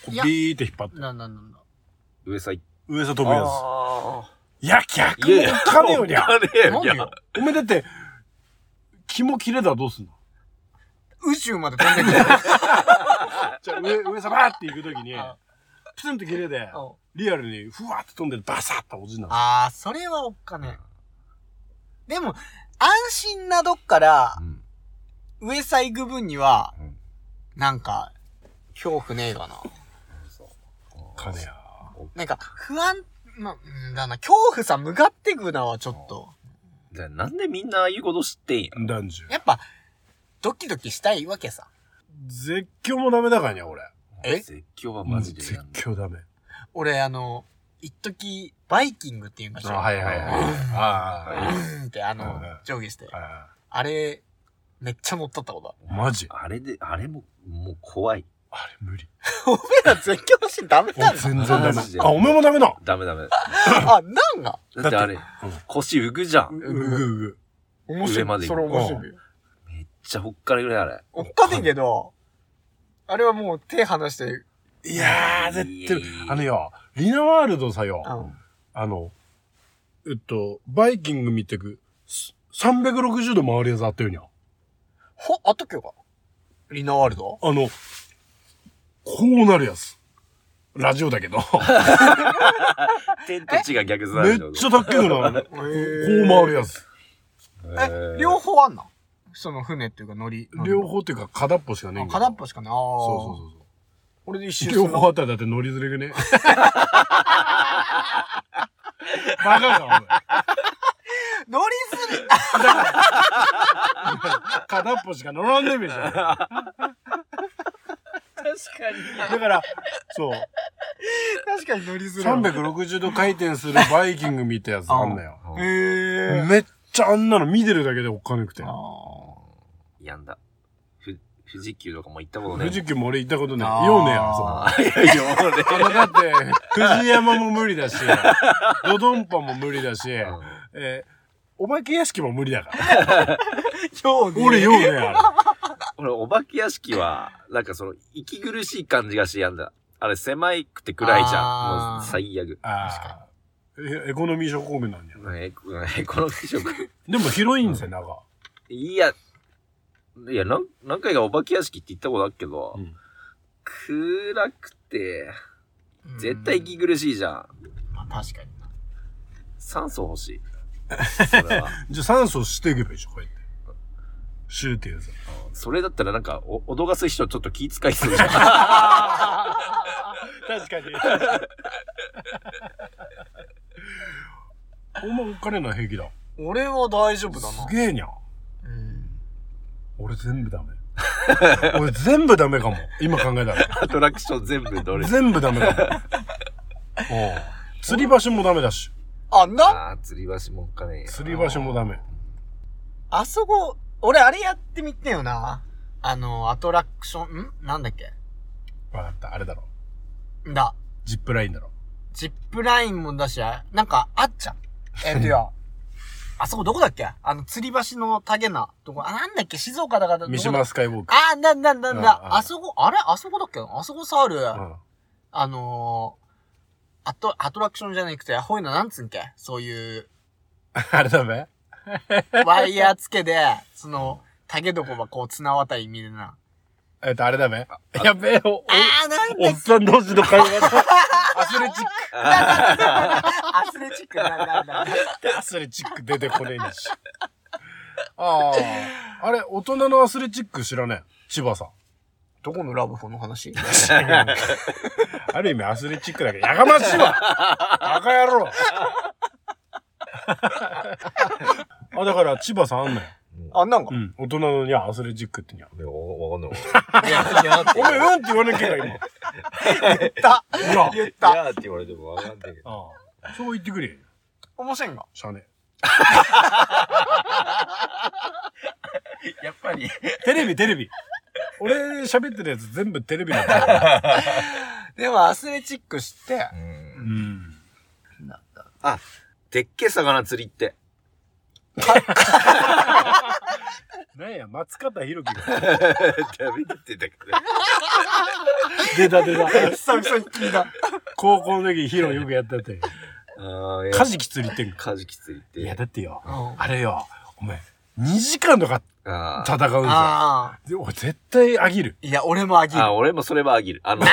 Speaker 3: こうビーって引っ張って。
Speaker 1: なんなんなんだ。
Speaker 2: 上さ行っ
Speaker 3: 上さ飛ぶや
Speaker 2: あ
Speaker 3: つ。いや、逆
Speaker 2: ーい
Speaker 3: も
Speaker 2: やい
Speaker 3: お
Speaker 2: や
Speaker 3: っかねえよりゃ。
Speaker 2: おっかねえよ
Speaker 1: なん
Speaker 2: り
Speaker 1: で
Speaker 2: ゃ
Speaker 1: よ
Speaker 3: おめえだって、肝切れたらどうすんの
Speaker 1: 宇宙まで飛んでくる。
Speaker 3: じゃあ上、上様って行くときに
Speaker 1: あ、
Speaker 3: プツンと切れて、リアルにふわって飛んでバサッと落ちんな。
Speaker 1: あー、それはおっかねえ。でも、安心などっから、
Speaker 2: うん
Speaker 1: 上さ行く分には、
Speaker 2: うん
Speaker 1: なんか、恐怖ねえかな。
Speaker 3: 金や。
Speaker 1: なんか、不安、ま、うんだな、恐怖さ、向かってくなはちょっと。
Speaker 2: じゃあなんでみんなああいうこと知ってんや。
Speaker 3: 男女。
Speaker 1: やっぱ、ドキドキしたいわけさ。
Speaker 3: 絶叫もダメだからね、俺。
Speaker 1: え
Speaker 2: 絶叫はマジで
Speaker 3: 絶
Speaker 2: やんない
Speaker 3: 叫ダメ。
Speaker 1: 俺、あの、一時バイキングって言いましたよ。
Speaker 3: はいはいはい。あ
Speaker 1: うんって、あ
Speaker 3: う
Speaker 1: の
Speaker 3: ん、
Speaker 1: 上下して
Speaker 3: あ。あ
Speaker 1: あれ、めっちゃ乗ったったことある。
Speaker 3: あ。マジ
Speaker 2: あれで、あれも、もう怖い。
Speaker 3: あれ無理。
Speaker 1: おめら絶叫しダメ
Speaker 3: 俺
Speaker 1: だな。
Speaker 3: 全然ダメ
Speaker 2: マジで。
Speaker 3: あ、お前もダメだ。
Speaker 2: ダメダメ。
Speaker 1: あ、なんが
Speaker 2: だってあれ、
Speaker 3: うん
Speaker 2: 腰浮くじゃん。めっ
Speaker 3: うぐうぐ。
Speaker 1: 面
Speaker 2: 上ま
Speaker 1: 白
Speaker 2: で
Speaker 1: い。
Speaker 2: 行
Speaker 1: それ面
Speaker 2: く
Speaker 1: 白いよ。
Speaker 2: ちゃほっからぐらいあれ。
Speaker 1: 追ったねんけど、あれはもう手離して、
Speaker 3: いやー、絶対、あのよ、リナワールドさよ、
Speaker 1: うん
Speaker 3: あの、えっと、バイキング見てく、す360度回るやつあったよにゃ。
Speaker 1: ほ、あったっけかリナワールド
Speaker 3: あの、こうなるやつ。ラジオだけ [LAUGHS] ど、
Speaker 2: [LAUGHS] 天と地が逆座
Speaker 3: めっちゃ高けど [LAUGHS] な、こ
Speaker 1: こ
Speaker 3: う回るやつ。
Speaker 1: え、両方あんなその船っていうか乗り。乗り
Speaker 3: 両方っていうか片っぽしかねえ
Speaker 1: あ
Speaker 3: ん
Speaker 1: 片っ
Speaker 3: ぽ
Speaker 1: ぽしかない。
Speaker 3: そ
Speaker 1: そ
Speaker 3: うそうそうそう。
Speaker 1: 俺で一周する
Speaker 3: 両方あったらだって乗りずれがね。バカか、お前。
Speaker 1: 乗りすぎ
Speaker 3: 片っぽしか乗らんねえべじゃん。だ
Speaker 2: 確か
Speaker 3: から、そう。
Speaker 1: 確かに乗りづらい。
Speaker 3: 360度回転するバイキング見たやつあんのよ。
Speaker 1: えー。
Speaker 3: めっちゃあんなの見てるだけでおっかなくて。
Speaker 2: に。やんだ。ふ、富士急とかも行ったことねえ。
Speaker 3: 富士急も俺行ったこと
Speaker 1: あ
Speaker 3: な
Speaker 1: ー
Speaker 3: い。ようねや。そう
Speaker 2: ああ、いやいや、もうね。
Speaker 3: あの、だって、藤山も無理だし、ドドンパも無理だし、えーお化け屋敷も無理だから。
Speaker 1: ようね
Speaker 3: 俺ようねや。
Speaker 2: 俺、お化け屋敷は、なんかその、息苦しい感じがしてやんだ。あれ、狭いくて暗いじゃん。
Speaker 1: あー
Speaker 2: もう、最悪。
Speaker 3: あーえエコノミー症候群なんじゃん。
Speaker 2: え、こえこの食。
Speaker 3: でも広いんですよ、中。
Speaker 2: いや、いや、なん何回かお化け屋敷って行ったことあるけど、
Speaker 3: うん
Speaker 2: 暗くて、絶対息苦しいじゃん。
Speaker 1: まあ確かにな。
Speaker 2: 酸素欲しい。それ
Speaker 3: [LAUGHS]
Speaker 2: は。
Speaker 3: じゃあ酸素していけばいいじゃん、こうやって。シューってやつ。
Speaker 2: それだったらなんか、お脅かす人ちょっと気遣いそうじゃん。
Speaker 3: 確 [LAUGHS] かに。お前、彼のは平気だ。
Speaker 1: 俺は大丈夫だな。
Speaker 3: すげえにゃん。
Speaker 1: うん
Speaker 3: 俺全部ダメ。俺全部ダメかも。今考えたら。
Speaker 2: アトラクション全部どれ
Speaker 3: 全部ダメかも。うん釣り橋もダメだし。
Speaker 1: あ、な、
Speaker 2: ああ、釣り橋もおっかねえ。
Speaker 3: 釣り橋もダメ。
Speaker 1: あそこ、俺あれやってみてよな。あの、アトラクション、んなんだっけ
Speaker 3: わかった、あれだろ。
Speaker 1: んだ。
Speaker 3: ジップラインだろ。
Speaker 1: ジップラインもだし、あなんかあっちゃん。えっとよ。あそこどこだっけあの、吊り橋のタゲなとこ。あ、なんだっけ静岡だからどこだ
Speaker 3: 三島スカイウォーク。
Speaker 1: あ、なんだなん
Speaker 3: う
Speaker 1: だ
Speaker 3: んうん
Speaker 1: だ。あそこ、あれあそこだっけあそこさある。
Speaker 3: うん
Speaker 1: あのー、アト、アトラクションじゃなくて、アホいのなんつうんけそう [LAUGHS] いう、
Speaker 3: あれダメ
Speaker 1: ワイヤーつけで、その、竹どこばこう綱渡りみたいな。
Speaker 3: えっと、あれダメやべえ、お、
Speaker 1: あー、なん
Speaker 3: お
Speaker 1: だ
Speaker 3: っさん同士の会話だ。 [LAUGHS] アスレチック。
Speaker 1: アスレチックなんだなんだ。
Speaker 3: アスレチック出てこねえんだし。ああ。あれ、大人のアスレチック知らねえ。千葉さん。
Speaker 1: [LAUGHS] どこのラブホの話
Speaker 3: ある意味アスレチックだけど、やがましいわバカ野郎あ、だから千葉さんあんのよ。
Speaker 1: あ、なんか
Speaker 3: う。ん。大人のにゃ、アスレチックってにゃ。
Speaker 2: いやわわかんない。
Speaker 1: いや、いや、
Speaker 3: お前、うんって言わなきゃいけない、
Speaker 1: 言
Speaker 3: [LAUGHS]
Speaker 1: った。
Speaker 3: 今。いや。
Speaker 1: 言っ
Speaker 2: い
Speaker 1: た。
Speaker 2: やーって言われてもわかんないけど。
Speaker 3: ああ。そう言ってくれよ。
Speaker 1: 面白いんが。
Speaker 3: しゃあね
Speaker 2: やっぱり。
Speaker 3: え。テレビ、テレビ。俺喋ってるやつ全部テレビなんだよ。
Speaker 1: でも、アスレチックして、
Speaker 3: うん。
Speaker 2: でっけえ魚釣りって。
Speaker 3: なんや、松方弘樹が。
Speaker 2: ダメだって言ったけど。
Speaker 3: 出た出た。
Speaker 1: 久々に聞いた。
Speaker 3: [LAUGHS] 高校の時ヒーローよくやったって。
Speaker 2: ああ、いや
Speaker 3: カジキ釣りってんか。
Speaker 2: カジキ釣りって。
Speaker 3: いや、だってよ。
Speaker 1: うん
Speaker 3: あれよ、お前、2時間とか
Speaker 2: あー
Speaker 3: 戦うんですよ。
Speaker 1: ああ。
Speaker 3: で俺絶対あぎる。
Speaker 1: いや、俺もあげる。
Speaker 2: あー、俺もそれはあぎる。あの、違う違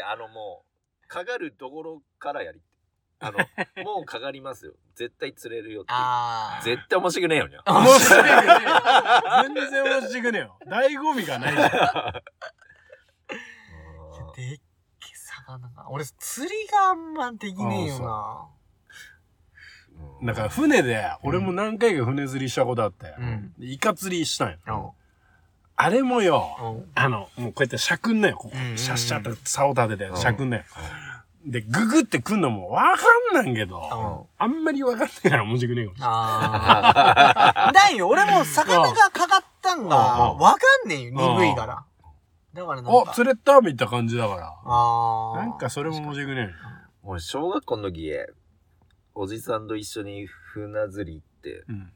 Speaker 2: う、あのもう、かかるところからやり。
Speaker 1: [LAUGHS]
Speaker 2: あの、もうかかりますよ。絶対釣れるよって。
Speaker 1: ああ。
Speaker 2: 絶対面白くねえよにゃ。
Speaker 3: 面白いねえよ。全然面白くねえ
Speaker 1: [LAUGHS]
Speaker 3: よ。醍醐味がないじゃ
Speaker 1: でっけ魚が。俺、釣りがあんまできねえよな。
Speaker 3: ん。なんか船で、俺も何回か船釣りしたことあって、
Speaker 1: うん
Speaker 3: でイカ釣りしたんよ。
Speaker 1: うん。
Speaker 3: あれもよ、
Speaker 1: うん
Speaker 3: あの、もうこうやってしゃくんなよ、ここ。
Speaker 1: うんうんうん
Speaker 3: シャッシャッと竿立ててしゃくんなよ。
Speaker 2: う
Speaker 3: で、ググってくんのもわかんないけど、あんまりわかんないから面白くねえかもしれない。
Speaker 1: ああ。だよ、俺も魚がかかったんが、
Speaker 3: うん
Speaker 1: わかんねえよ、
Speaker 3: うん
Speaker 1: 鈍いから。だからなん
Speaker 3: お、
Speaker 1: か。
Speaker 3: 釣れたみたいな感じだか
Speaker 1: あ
Speaker 3: ら。
Speaker 1: あ。
Speaker 3: なんかそれも面白くね
Speaker 2: 俺、小学校の時、おじさんと一緒に船釣り行って、
Speaker 3: え。うん。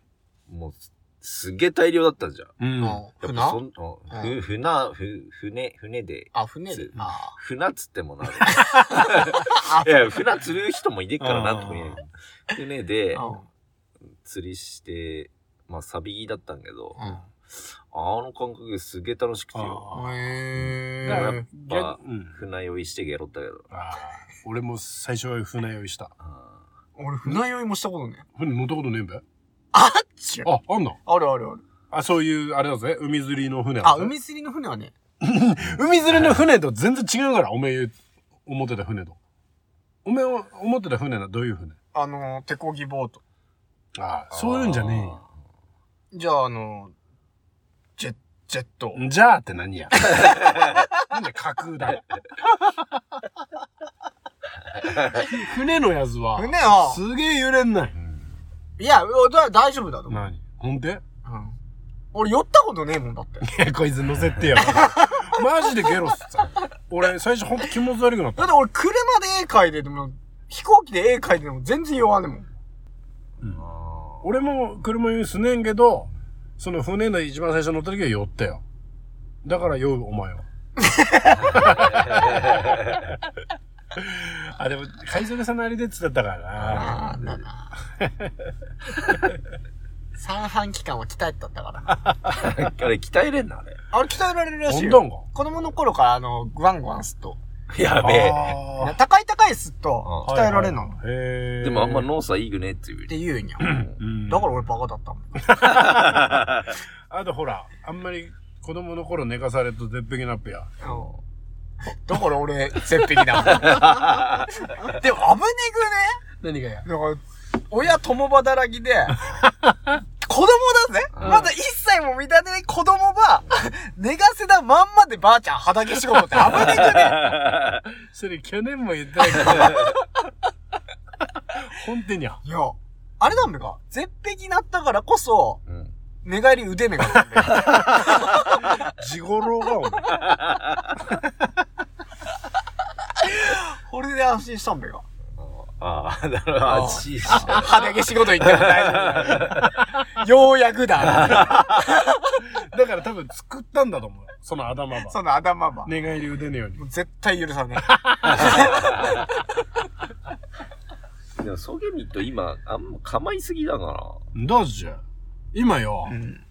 Speaker 2: もうす、すげえ大量だったじゃん。
Speaker 3: うん。
Speaker 2: やっ
Speaker 1: 船
Speaker 2: ぱそん、あ
Speaker 1: う
Speaker 2: ふ、船、ふ、船、船で、
Speaker 1: あ、船で。あ
Speaker 2: 船っつって
Speaker 1: [LAUGHS]
Speaker 2: もな。いや、船釣る人もいねえからな、とか言う船で
Speaker 1: ーうん
Speaker 2: 釣りして、まあ、サビだったんけど、
Speaker 1: うん
Speaker 2: あの感覚すげえ楽しくてよ。
Speaker 3: ああ
Speaker 1: へ
Speaker 3: だから
Speaker 1: え。
Speaker 2: まあ
Speaker 3: 逆うん
Speaker 2: 船酔いしてゲロったけど。
Speaker 3: ああ俺も最初は船酔いした。
Speaker 2: あ
Speaker 1: 俺、船酔いもしたことね。
Speaker 3: 船乗ったことねえんべ
Speaker 1: あっちゅ
Speaker 3: あ、あんの
Speaker 1: あるあるある。
Speaker 3: あ、そういう、あれだぜ。海釣りの船だぜ
Speaker 1: あ、海釣りの船はね。
Speaker 3: 海釣りの船と全然違うから、おめえ、思ってた船と。おめえ、思ってた船はどういう船
Speaker 1: あの、手漕ぎボート。
Speaker 3: ああ、
Speaker 2: ー
Speaker 3: そういうんじゃねえよ。
Speaker 1: じゃあ、あの、ジェッ、ジェット。
Speaker 3: じゃあって何や。なんで架空だよ。船のやつは、
Speaker 1: 船は
Speaker 3: すげえ揺れんない。
Speaker 1: いや、おだ大丈夫だと思う。
Speaker 3: 何ほんで
Speaker 1: うん俺、酔ったことねえもんだって。 [LAUGHS]
Speaker 3: いや、こいつ乗せてよ。 [LAUGHS] マジでゲロっすさ。俺、最初ほんと気持ち悪くなっ。
Speaker 1: だったて俺、車で絵描いてても、飛行機で絵描いてても全然酔わねえもん。
Speaker 2: あ
Speaker 3: 俺も車酔いすねんけど、その船の一番最初乗った時は酔ったよ。だから酔う、お前は。あ、でも、海賊さんのあれでっつだったからな。
Speaker 1: ああ、なな。 [LAUGHS] 三半期間は鍛えてたったから。
Speaker 2: ーあれ、鍛えれんな、あれ。
Speaker 1: [LAUGHS] あれ鍛えられるらしい
Speaker 3: どん
Speaker 1: よ。
Speaker 3: どん
Speaker 1: 子供の頃から、あの、グワングワンすっと。
Speaker 2: や
Speaker 3: が。
Speaker 2: べえ。
Speaker 3: あー
Speaker 1: 高い高いすっと、
Speaker 2: あ
Speaker 1: 鍛えられんの。
Speaker 3: はいはいへえ。
Speaker 2: でもあんま脳さいいぐねっていう
Speaker 1: っ。て言うんや。
Speaker 3: うん
Speaker 1: だから俺バカだったもん。
Speaker 3: あとほら、あんまり子供の頃寝かされると絶壁ナップや。
Speaker 1: だから俺、絶壁だもん。でも危ね
Speaker 3: 何がや
Speaker 1: くねだから、親共働きで、子供だぜ、まだ一歳も満たねない子供が、寝かせたまんまでばあちゃん畑仕事って危ねくね
Speaker 3: それ去年も言ったけど。 [LAUGHS] 本当にゃ。
Speaker 1: いや、あれなんべか、絶壁なったからこそ、
Speaker 2: うん
Speaker 1: 寝返り腕目がなんべ。
Speaker 3: 地頃がお前。
Speaker 1: これで安心したんべか。
Speaker 2: ああ、だから、あしいし。
Speaker 1: 畑仕事行っても大丈夫だ。ようやくだ。
Speaker 3: だから多分作ったんだと思うよ。その頭
Speaker 1: そ
Speaker 3: が。
Speaker 1: の頭は。
Speaker 3: 寝返り腕のように
Speaker 1: も。う絶対許さねえ。
Speaker 2: でも、ソゲミと今、あんま構いすぎだか
Speaker 3: どうじゃ今よ、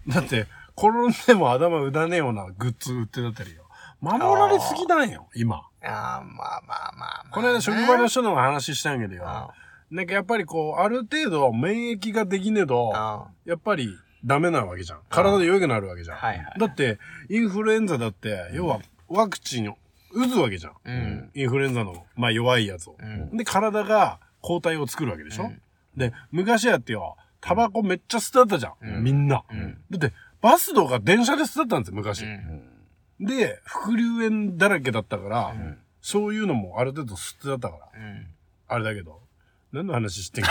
Speaker 3: だって、転んでも頭打たねえようなグッズ売ってだったりよ。守られすぎなんよ、今。
Speaker 1: ああ、まあまあまあまあ。
Speaker 3: この間職場の人の話したんやけどよ。
Speaker 1: あ
Speaker 3: なんかやっぱりこう、ある程度免疫ができねえと、
Speaker 1: あ。
Speaker 3: やっぱりダメなわけじゃん。体で良くなるわけじゃん。
Speaker 1: はいはい。
Speaker 3: だって、インフルエンザだって、要はワクチンを打つわけじゃん。
Speaker 1: うん。
Speaker 3: インフルエンザの、まあ弱いやつを。
Speaker 1: うん。
Speaker 3: で、体が抗体を作るわけでしょ、
Speaker 1: うん
Speaker 3: で、昔やってよ、タバコめっちゃ吸ってたじゃん。
Speaker 1: うん
Speaker 3: みんな、
Speaker 1: うん
Speaker 3: だって、バスとか電車で吸ってたんですよ、昔。
Speaker 2: ら。
Speaker 3: で、副流煙だらけだったから、
Speaker 1: ん
Speaker 3: そういうのもある程度吸ってたか
Speaker 1: う
Speaker 3: ら。
Speaker 1: ん。
Speaker 3: あれだけど。何の話してん [LAUGHS] か。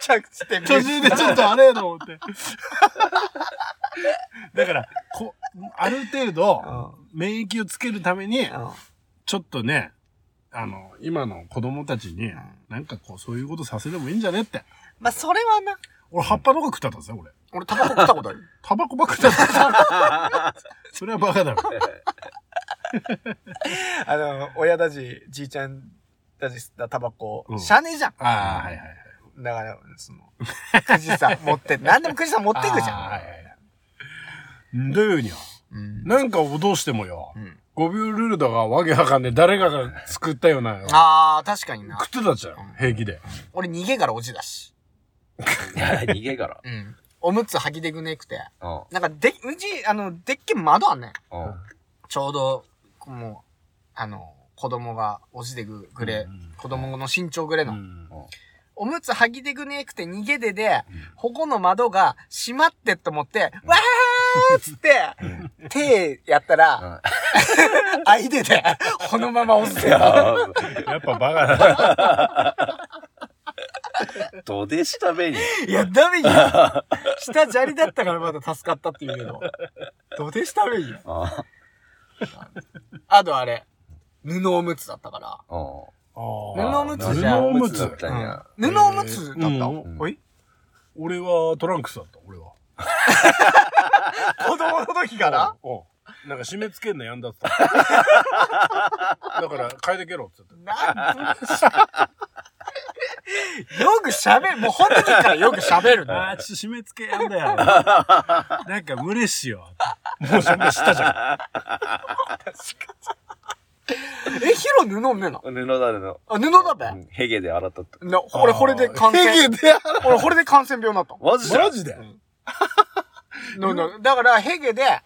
Speaker 1: 着地点
Speaker 3: 途中でちょっとあれやと思って。 [LAUGHS] だから、こある程度、免疫をつけるために、ちょっとね、あの、今の子供たちに、なんかこう、そういうことさせてもいいんじゃねって。
Speaker 1: まあ、それはな。
Speaker 3: 俺、葉っぱとか食ったんですよ、俺。
Speaker 1: 俺、タバコ食ったことある。
Speaker 3: タバコばっか食った。 [LAUGHS] それはバカだろ。
Speaker 1: [LAUGHS] あの、親たち、じいちゃんたち吸ったタバコ
Speaker 3: う、ん
Speaker 1: しゃあねえじゃん。
Speaker 3: ああ、はいはいはい。
Speaker 1: だから、その、くじさん持 [LAUGHS] って、何でもくじさん持ってくじゃ
Speaker 3: あーは
Speaker 1: ん
Speaker 3: い。はいはい。どういうにゃ。
Speaker 1: うん。
Speaker 3: なんか脅してもよ
Speaker 1: うん、
Speaker 3: 5秒ルールだがわけわかんねえ、誰かが作ったようなよ。
Speaker 1: ああ、確かにな
Speaker 3: 食。ってたじゃん、平気で。
Speaker 1: 俺逃げからおじだし。
Speaker 2: 逃げから。
Speaker 1: うん。おむつ履きでくねくて。
Speaker 2: うん。
Speaker 1: なんか、で、うち、あの、でっけえ窓あんねん。
Speaker 2: うん。
Speaker 1: ちょうど、もう、あの、子供が落ちてくぐれ、子供の身長ぐらいの。
Speaker 3: うん
Speaker 1: おむつ履きてくねくて逃げでで、ここの窓が閉まってって思って、わーっつって、手やったら、開いてて、このまま押すよ。
Speaker 3: やっぱバカ [LAUGHS] だな。
Speaker 2: どでしたべに。
Speaker 1: いや、ダメよ。下砂利だったからまだ助かったって言うけど。どうでしたらいいよ。
Speaker 2: あ
Speaker 1: あとあれ、布おむつだったから。
Speaker 2: あ。うん
Speaker 1: 布おむつじゃん
Speaker 3: 布おむ
Speaker 2: 布おむつだ
Speaker 3: つ
Speaker 2: っ。たんや
Speaker 1: うん布おむつだ
Speaker 3: う
Speaker 1: った。
Speaker 3: ん
Speaker 1: おい
Speaker 3: 俺はトランクスだった、俺は。
Speaker 1: 子供の時から
Speaker 3: うん。なんか締め付けんのやんだってた。 [LAUGHS] だから変えてけろって言って
Speaker 1: なんで [LAUGHS] よく喋る。もう本当にからよく喋る
Speaker 3: た。あ
Speaker 1: ね。
Speaker 3: あ、ちょっと締め付けやんだ [LAUGHS] よ。なんか無理っすよ。もうそんなしたじ [LAUGHS] ゃん。
Speaker 1: え、ヒロ布目なの
Speaker 2: 布だるの。
Speaker 1: あ、布だべ。
Speaker 2: うんヘゲで洗ったって。
Speaker 1: な、俺、これで感
Speaker 3: ヘ
Speaker 1: 染。
Speaker 3: ゲで
Speaker 1: 俺、これで感染病になった
Speaker 2: マジじゃん
Speaker 3: マジで
Speaker 1: ののだから、ヘゲで、
Speaker 2: あ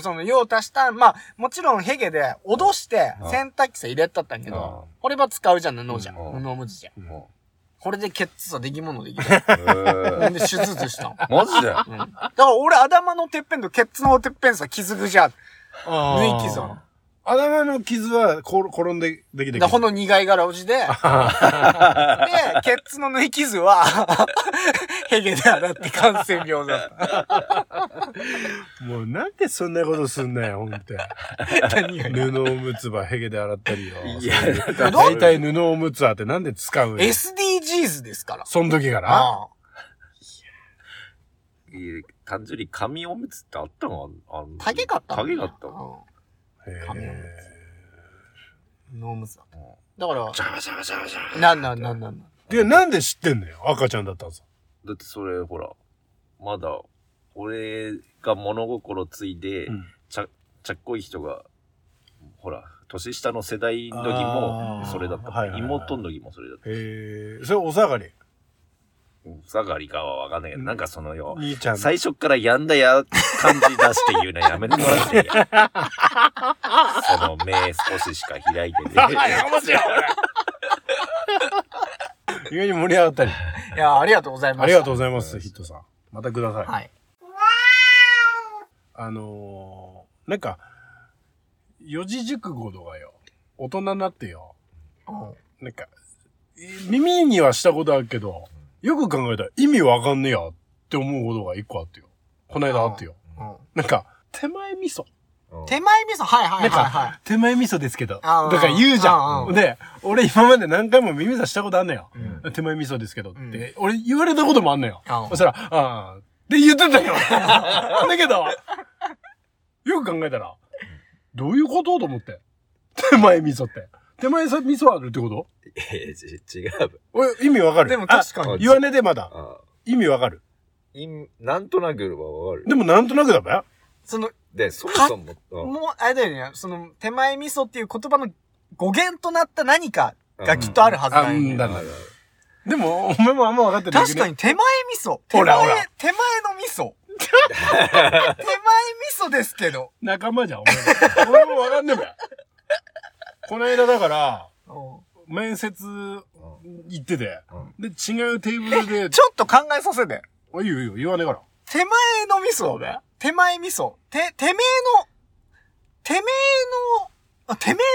Speaker 1: その、用足した、まあ、もちろんヘゲで、脅して
Speaker 2: う、ん
Speaker 1: 洗濯機さ入れたったんやけ
Speaker 2: うん
Speaker 1: ど、これは使うじゃん、布じゃん。
Speaker 2: うん
Speaker 1: 布おむつじゃん。
Speaker 2: あ。も
Speaker 1: これでケツさ、出来物できる。
Speaker 2: う。へ
Speaker 1: ほん
Speaker 2: ー
Speaker 1: で、手術したの。
Speaker 2: マジで
Speaker 1: うん。だから、俺、頭のてっぺんとケツのてっぺんさ、傷ぐじゃん。縫い傷
Speaker 3: ん
Speaker 1: の。
Speaker 3: 頭の傷はこ転んででき
Speaker 1: だ
Speaker 3: て
Speaker 1: からほんの苦い柄落ちで、で、ケツの縫い傷は、 [LAUGHS] ヘゲで洗って感染病だった。
Speaker 3: もうなんでそんなことすんだよ、ほんと。
Speaker 1: 何が
Speaker 3: 布おむつばヘゲで洗ったりよ。
Speaker 2: [LAUGHS] いや、だって
Speaker 3: 大体布おむつはってなんで使うの
Speaker 1: SDGs ですから。
Speaker 3: その時から
Speaker 1: ああ
Speaker 2: いや単純に紙おむつってあったのあん
Speaker 1: 竹かった
Speaker 2: 竹かったの
Speaker 1: う
Speaker 3: へー
Speaker 1: 紙おむんノームズだった。だ
Speaker 2: ジ
Speaker 1: か
Speaker 2: ャバジャバジャバジャ
Speaker 1: ら、
Speaker 2: バ
Speaker 1: なんなんなんなんなん
Speaker 3: で、なんで知ってんだよ赤ちゃんだったんさ。
Speaker 2: だってそれほらまだ俺が物心ついで、
Speaker 3: うん
Speaker 2: ちゃちゃっこい人がほら年下の世代の時も
Speaker 3: あー
Speaker 2: それだった、
Speaker 3: はいはいはい
Speaker 2: 妹の時もそれだった
Speaker 3: へえ。それお下がり。
Speaker 2: 下がりかはわかんないけど、
Speaker 3: うん
Speaker 2: なんかそのよ
Speaker 3: 兄ちゃん。
Speaker 2: 最初からやんだや感じ出して言うのやめてもらっていいその目少ししか開いてて
Speaker 1: [LAUGHS]
Speaker 3: ましいよ、意外に盛り上がったり。
Speaker 1: いや、ありがとうございました。
Speaker 3: ありがとうございます、ヒットさん。またください。
Speaker 1: はい。
Speaker 3: あのー、なんか、四字熟語とかよ、大人になってよ、
Speaker 1: うん
Speaker 3: なんか、い耳にはしたことあるけど、よく考えたら意味わかんねえやって思うことが一個あってよ。こないだあってよ。
Speaker 1: うん
Speaker 3: なんか、手前味噌。
Speaker 1: 手前味噌、はいはいはい
Speaker 3: なん
Speaker 1: は
Speaker 3: 手前味噌ですけど。だ
Speaker 1: あー
Speaker 3: から言うじゃ
Speaker 1: あ
Speaker 3: ん。
Speaker 1: ー
Speaker 3: で、俺今まで何回も耳差したことあんのよ。
Speaker 1: い。うん
Speaker 3: 手前味噌ですけどって、
Speaker 1: うん
Speaker 3: 俺言われたこともあんのよ
Speaker 1: あ。
Speaker 3: そしたら、ああ、って言ってたよ。だけど、よく考えたら、どういうことと思って。手前味噌って。手前味噌あるってこと
Speaker 2: えーち違う
Speaker 3: 俺、意味わかる
Speaker 1: でも確か
Speaker 2: あ
Speaker 1: に。
Speaker 3: 言わねでまだ。
Speaker 2: あ
Speaker 3: 意味わかる。
Speaker 2: いんなんとなくはわかる
Speaker 3: でもなんとなくだべ
Speaker 1: その、
Speaker 2: で、そもそも、うん
Speaker 1: もう、あれだよね、その、手前味噌っていう言葉の語源となった何かがきっとあるはずだよ
Speaker 3: うん
Speaker 1: ね。
Speaker 3: だでも、お前もあんま分かってない
Speaker 1: 確か
Speaker 3: に。
Speaker 1: に手前味噌。手
Speaker 3: ほ
Speaker 1: 前、
Speaker 3: らほら
Speaker 1: 手前の味噌。 [LAUGHS] 手前味噌ですけど。
Speaker 3: 仲間じゃん、俺も。俺も分かんねえべ。この間だから、
Speaker 1: ち
Speaker 3: 面接行ってて、
Speaker 2: うん
Speaker 3: で、違うテーブルで、
Speaker 1: ょっと考えさせて。
Speaker 3: おいいよいいよ、言わねえから。
Speaker 1: 手前の味噌だね。手前味噌。て、てめえの、てめえの、あ、てめ
Speaker 3: [LAUGHS]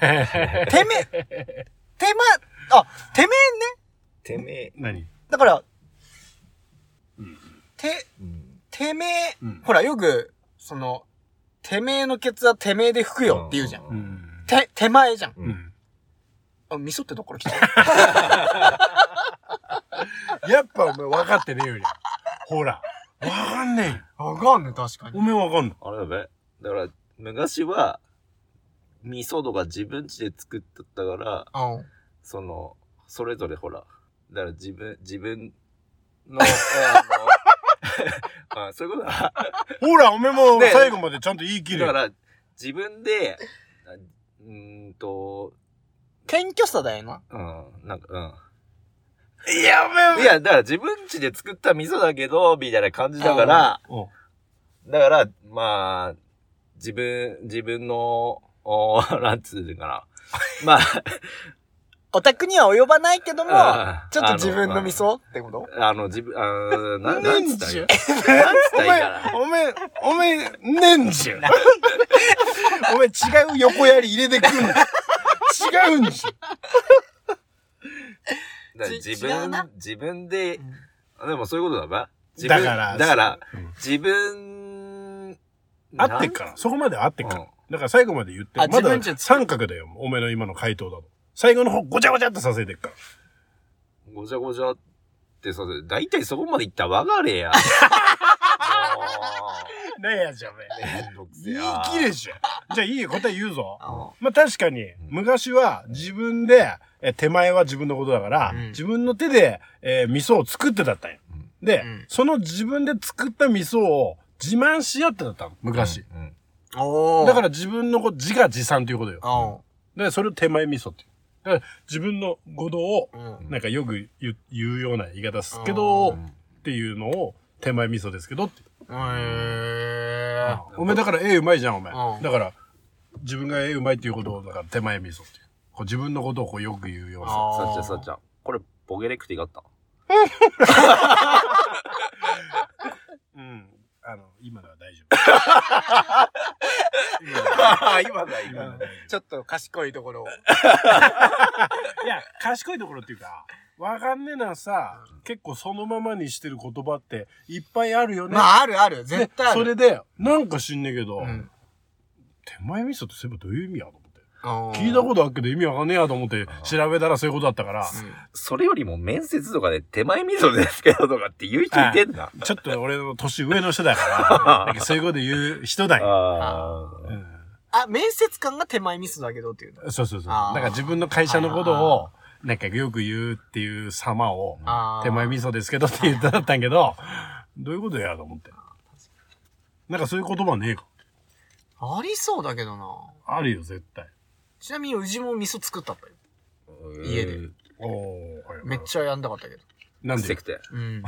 Speaker 1: えんね。てめ、てま、あ、てめえんね。
Speaker 2: てめえ、
Speaker 3: 何
Speaker 1: だから、て、てめえ、
Speaker 3: うん
Speaker 1: ほらよく、その、てめえのケツはてめえで拭くよって言うじゃん。
Speaker 2: う
Speaker 3: うん。
Speaker 1: て、手前じゃん。
Speaker 3: うん。
Speaker 1: あ、味噌ってどこから来た
Speaker 3: やっぱお前分かってねえより。ほら。分かんね
Speaker 1: わかんね、確か
Speaker 3: えよ。お。前分かんない。
Speaker 2: あれだべ。だから、昔は、味噌とか自分家で作ってたから、
Speaker 1: うん。
Speaker 2: その、それぞれほら、だから自分、自分の、 [LAUGHS] あの [LAUGHS] あそういうことだ。
Speaker 3: ほら、お前も
Speaker 2: ねえ
Speaker 3: 最後までちゃんと言い切
Speaker 2: だか
Speaker 3: る。
Speaker 2: ら、自分で、あうーんと、
Speaker 1: 謙虚さだよな。
Speaker 2: うん、なんか、うん。
Speaker 3: いや、お前
Speaker 2: いや、だから自分家で作った味噌だけど、みたいな感じだから、
Speaker 3: お
Speaker 2: だから、まあ、自
Speaker 3: [LAUGHS]
Speaker 2: 分、自分の、おーなんつうのかな。まあ、
Speaker 1: オタクには及ばないけども
Speaker 2: あ、ー
Speaker 1: ちょっと自分の味噌ってこと
Speaker 2: あの、自分、あーな、なんつったらいいなん
Speaker 3: 年中
Speaker 2: つったらいいかな。
Speaker 3: おめえ、おめえ、年中。おめえ違う横槍入れてくんの。違うんじ
Speaker 2: だか
Speaker 1: ち
Speaker 2: ら自
Speaker 1: 違うな
Speaker 2: 分、自分で、あでもそういうことだな。自
Speaker 3: だ
Speaker 2: 分
Speaker 3: から
Speaker 2: だから、
Speaker 3: うん
Speaker 2: 自分、
Speaker 3: ゃん。合ってっから。そこまで合ってっから。
Speaker 2: うん
Speaker 3: だから最後まで言って
Speaker 1: あ
Speaker 3: る。ま
Speaker 1: 自分じゃ
Speaker 3: だ三角だよ。おめえの今の回答だと。最後の方、ごちゃごちゃっとさせてっから。
Speaker 2: なんごちゃごちゃってさ、だいたいそこまでいったらわかれ
Speaker 3: [LAUGHS]
Speaker 2: や。
Speaker 3: なんやじゃん、おめえ
Speaker 2: もうめんどくせ
Speaker 3: 言
Speaker 2: え
Speaker 3: い
Speaker 2: や
Speaker 3: 切れじゃん。じゃあいいよ、答え言うぞ。
Speaker 2: うん
Speaker 3: まあ確かに、昔は自分で、え手前は自分のことだから、
Speaker 1: うん
Speaker 3: 自分の手で、えー味噌を作ってだったんよ。で、
Speaker 1: うん
Speaker 3: その自分で作った味噌を自慢し合ってだったの、昔。。
Speaker 2: うん
Speaker 1: お
Speaker 3: だから
Speaker 1: ら、
Speaker 3: 自分のこと、自画自賛ということよ。だか
Speaker 1: お
Speaker 3: らそれを手前味噌っていう。だから自分のことを、
Speaker 1: ーうん。
Speaker 3: なんかよく言う言うような言い方ですけど、
Speaker 1: う
Speaker 3: っていうのを、手前味噌ですけどって。
Speaker 1: へー。
Speaker 3: お前だから絵うまいじゃん、お前。
Speaker 1: うん
Speaker 3: だから、自分が絵うまいっていうことを、だから手前味噌っていう。こう自分のことをこうよく言うような。
Speaker 1: あー
Speaker 2: さっちゃんさっちゃん、これ、ボゲレクティが
Speaker 3: [LAUGHS]
Speaker 2: あった
Speaker 3: うん。あの、今のは大丈
Speaker 2: 今だ、今
Speaker 3: 夫。
Speaker 1: ちょっと賢いところを。
Speaker 3: [LAUGHS] いや、賢いところっていうか、わかんねえなさ、結構そのままにしてる言葉っていっぱいあるよね。
Speaker 1: まあ、あるある。
Speaker 3: で
Speaker 1: 絶対ある。
Speaker 3: それで、なんか知んねえけど、
Speaker 1: うん、
Speaker 3: 手前味噌ってそういえばどういう意味やと思って。聞
Speaker 1: 聞
Speaker 3: いたことあるけど意味わかんねえやと思って調べたらそういうことだったから、
Speaker 2: それよりも面接とかで手前味噌ですけどとかって言う人いてんだ。
Speaker 3: ちょっと俺の年上の人だから、
Speaker 1: [LAUGHS]
Speaker 3: なんかそういうこと言う人だよ。
Speaker 2: あー
Speaker 3: うん
Speaker 1: あ、面接官が手前ミスだけどっていうの。
Speaker 3: そうそうそう。
Speaker 1: あ
Speaker 3: な
Speaker 1: ー
Speaker 3: んか自分の会社のことを、なんかよく言うっていう様を、
Speaker 1: あー
Speaker 3: 手前味噌ですけどって言っただったんやけど、どういうことやと思って。なんかそういう言葉ねえか。
Speaker 1: ありそうだけどな。
Speaker 3: あるよ、絶対。
Speaker 1: ちなみに、うじも味噌作ったったよ。
Speaker 2: うん
Speaker 1: 家で
Speaker 3: おお、
Speaker 1: めっちゃやんだかったけど。
Speaker 3: ゃ。なん
Speaker 2: くせ
Speaker 3: で
Speaker 2: くて。
Speaker 3: [LAUGHS]
Speaker 1: うん。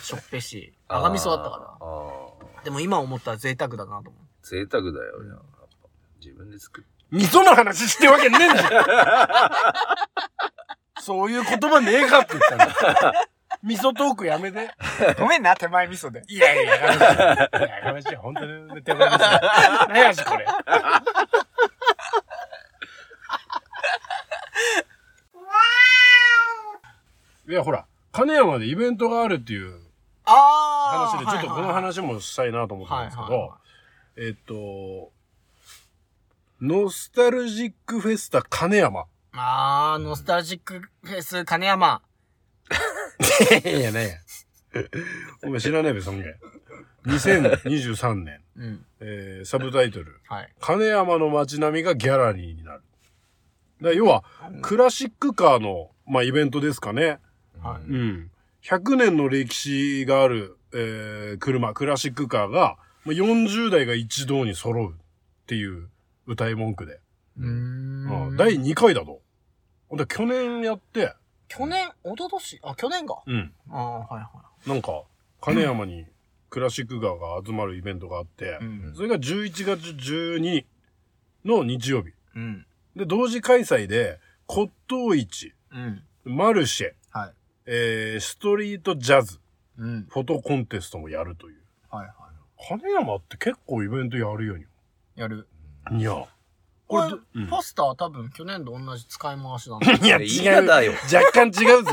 Speaker 1: しょっぺし。赤味噌だったか
Speaker 2: あー
Speaker 1: ら。でも今思ったら贅沢だなと思う。
Speaker 3: [LAUGHS]
Speaker 2: 贅沢だよ、やっぱ自分で作っ
Speaker 3: 味噌の話してるわけねえんじ
Speaker 1: [LAUGHS]
Speaker 3: ゃんそういう言葉ねえかって言ったんだ。味噌トークやめて。
Speaker 1: ごめんな、手前味噌で。
Speaker 3: いやいや、やかましい。やかましい。本当に手前味噌。何やし、これ。いや、ほら、金山でイベントがあるっていう
Speaker 1: あ
Speaker 3: 話
Speaker 1: ー
Speaker 3: で、ちょっとこの
Speaker 1: はいはい
Speaker 3: 話もしたいなと思ったんですけ
Speaker 1: はいはい
Speaker 3: ど、えっと、ノスタルジックフェスタ金山。
Speaker 1: あー、ノスタルジックフェス、金山。
Speaker 3: [LAUGHS] いやいやね。お前知らねえべ、そんげん。2023年、
Speaker 1: うん。
Speaker 3: えーサブタイトル、
Speaker 1: はい。
Speaker 3: 金山の街並みがギャラリーになる。だ要は、クラシックカーの、まあ、イベントですかね。
Speaker 1: は
Speaker 2: う
Speaker 1: い。
Speaker 3: うん。100年の歴史がある、えー車、クラシックカーが、まあ、40代が一堂に揃うっていう歌い文句で。
Speaker 1: うー
Speaker 3: うん
Speaker 1: ん。
Speaker 3: 第2回だと。ほんで、去年やって、
Speaker 1: 去年、おととし、あ、去年か。
Speaker 3: うん。
Speaker 1: ああ、はいは
Speaker 3: なんか、金山にクラシックカーが集まるイベントがあって
Speaker 1: い。、ん。
Speaker 3: それが11月12の日曜日。
Speaker 1: うん。
Speaker 3: で、同時開催で、骨董市、
Speaker 1: うん。
Speaker 3: マルシェ、
Speaker 1: はい。
Speaker 3: えー、ストリートジャズ、
Speaker 1: うん。
Speaker 3: フォトコンテストもやるという。
Speaker 1: はいは
Speaker 3: 金山って結構イベントやるよに。
Speaker 1: い。やる。
Speaker 3: いや。
Speaker 1: これ
Speaker 3: ど、うん
Speaker 1: ポスター多分去年と同じ使い回しなんだ。
Speaker 3: いや、
Speaker 2: い
Speaker 3: 違
Speaker 2: や
Speaker 3: う。
Speaker 2: だよ
Speaker 3: 若干違うぜ。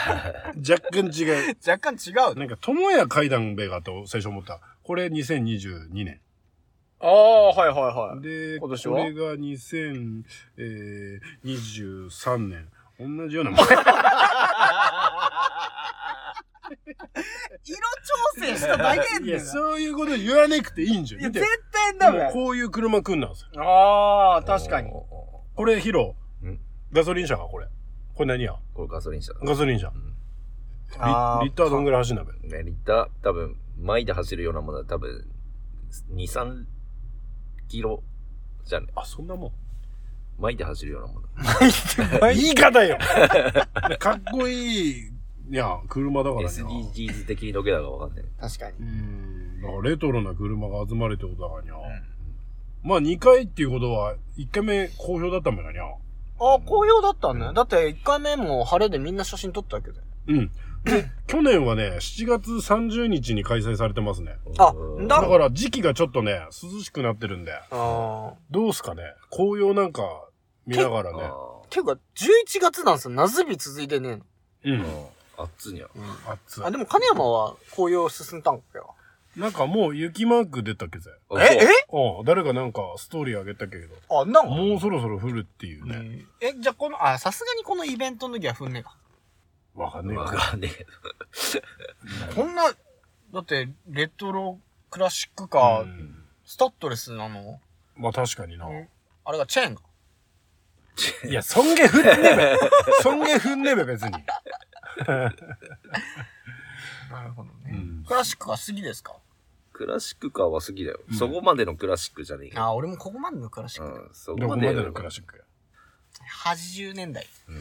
Speaker 3: [LAUGHS] 若干違う。
Speaker 1: 若干違うね。
Speaker 3: なんか、友也階段べがと最初思った。これ2022年。
Speaker 1: ああ、はいはいは。
Speaker 3: で、
Speaker 1: 今年は
Speaker 3: これが2023年。同じようなもん。い
Speaker 1: 色調整しただけんだよ
Speaker 3: や、
Speaker 1: な。
Speaker 3: そういうこと言わなくていいんじゃん。
Speaker 1: いや、
Speaker 3: 見て
Speaker 1: 絶対ダ
Speaker 3: もう
Speaker 1: メ。
Speaker 3: こういう車来んなんですよ。
Speaker 1: ああ、確 [LAUGHS] かに。
Speaker 2: おー
Speaker 3: これ、ヒロ
Speaker 2: ん。
Speaker 3: ガソリン車か、これ。これ何や
Speaker 2: これガソリン車だ
Speaker 3: ガソリン車。リ
Speaker 1: あー
Speaker 3: リッターどんぐらい走んだべ
Speaker 2: ねリッター多分前で走るようなものは多分23キロじゃね
Speaker 3: あ、そんなもん。
Speaker 2: 前で走るようなもの
Speaker 3: 言い方よかっこいい、いや、車だからな。
Speaker 2: SDGs 的にどけだかわかんない
Speaker 1: 確かに
Speaker 3: う。ん。だからレトロな車が集まるってことだからにゃ。まあ2回っていうことは、1回目好評だったんだからにゃ。
Speaker 1: ああ、好評だったね。だって1回目も晴れでみんな写真撮ったわけで。
Speaker 3: うん。 [COUGHS] で、去年はね、7月30日に開催されてますね。
Speaker 1: あ
Speaker 2: うん
Speaker 1: だ
Speaker 3: だから時期がちょっとね、涼しくなってるんで、
Speaker 1: ああ。
Speaker 3: どうすかね、紅葉なんか見ながらね。
Speaker 2: あ
Speaker 1: ていうか、11月なんですよ。夏日続いてね
Speaker 3: う。
Speaker 2: ーうんんあっつにゃ。
Speaker 1: えの。
Speaker 3: 暑
Speaker 1: あ、でも金山は紅葉進んだんかよ。
Speaker 3: い。なんかもう雪マーク出たっけぜ。
Speaker 2: あ
Speaker 1: え、え
Speaker 3: ああ、誰かなんかストーリーあげたけど、
Speaker 1: あ、なんか
Speaker 3: もうそろそろ降るっていうね。
Speaker 1: え、じゃあこの、あ、さすがにこのイベントの時は踏んねえか。
Speaker 3: わかん
Speaker 2: そう
Speaker 3: ねえ
Speaker 2: わ
Speaker 3: よ。
Speaker 2: かんねえ。
Speaker 1: こんな、だって、レトロクラシック
Speaker 3: あ
Speaker 1: か、スタッドレスなの、
Speaker 3: まあ確かにな。
Speaker 1: あれがチェーンが。
Speaker 3: いや、尊厳踏んねえべ。尊厳踏んねえべ、別に。
Speaker 1: なるほどね
Speaker 3: うん
Speaker 1: クラシックが好きですか
Speaker 2: クラシックカーは好きだよ。
Speaker 3: うん
Speaker 2: そこまでのクラシックじゃねえか。
Speaker 1: あー、俺もここまでのクラシッ
Speaker 2: う
Speaker 1: クだ、
Speaker 2: ん、そ
Speaker 3: ど
Speaker 2: こ
Speaker 3: こ
Speaker 2: ま
Speaker 3: ま
Speaker 2: で
Speaker 3: で
Speaker 2: のク
Speaker 3: のク
Speaker 2: ラ
Speaker 3: ラ
Speaker 2: シ
Speaker 3: シックや。
Speaker 1: 80年代。
Speaker 2: ック。うん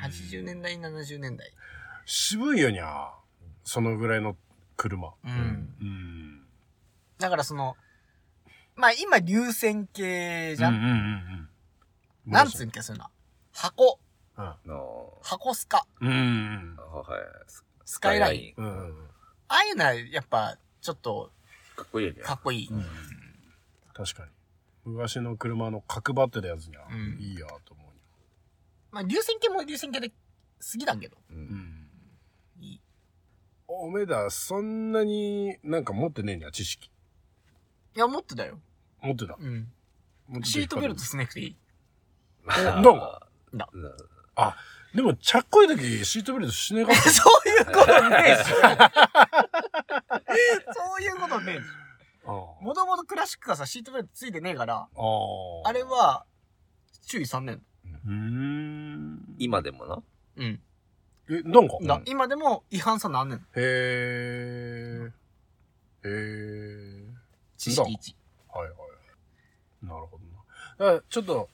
Speaker 1: 80年代、70年代。
Speaker 3: 渋いよにゃ。そのぐらいの車。
Speaker 1: うん。
Speaker 3: うん。
Speaker 1: だからその、まあ今、流線形じゃん、
Speaker 3: うんうんうんうん。
Speaker 1: なんつうんか、そういうのは。箱、
Speaker 3: うん
Speaker 2: あー
Speaker 1: 箱スカ、
Speaker 3: うんうん
Speaker 2: あはい。ス
Speaker 1: ス
Speaker 2: カ
Speaker 1: カ
Speaker 2: イ
Speaker 1: イ
Speaker 2: ラ
Speaker 1: ラ
Speaker 2: イン
Speaker 1: イン。。
Speaker 3: うん。うん
Speaker 1: ああいうのは、やっぱ、ちょっと、
Speaker 2: かっこいいよね。
Speaker 1: かっこいい。
Speaker 3: うん。確かに。昔の車の角張ってたやつにゃ
Speaker 1: うん、
Speaker 3: いいやと思う
Speaker 1: まあ、流線形も流線形で、好きだけど。
Speaker 2: う
Speaker 3: にゃ。うんん。
Speaker 1: いい。
Speaker 3: おめえだ、そんなになんか持ってねえにゃ、知識。
Speaker 1: いや、持ってたよ。
Speaker 3: 持ってた。
Speaker 1: うん。
Speaker 3: 持ってた
Speaker 1: シートベルト。しなくていい。
Speaker 3: おど
Speaker 2: [LAUGHS]
Speaker 3: うも
Speaker 1: な
Speaker 2: うん
Speaker 3: でも、ちゃっこい時、シートベルトしねえかった。
Speaker 1: [LAUGHS] そういうことねえし。そういうことねえし。
Speaker 3: あ
Speaker 1: もともとクラシックがさ、シートベルトついてねえから、
Speaker 3: あー。
Speaker 1: あれは、注意3年。
Speaker 3: うーん。
Speaker 2: 今でもな。
Speaker 1: うん。
Speaker 3: え、なんか
Speaker 1: だ今でも違反さ何年
Speaker 3: へえ。へえ。
Speaker 1: 知識1。
Speaker 3: はいはい。なるほどな。だからちょっと、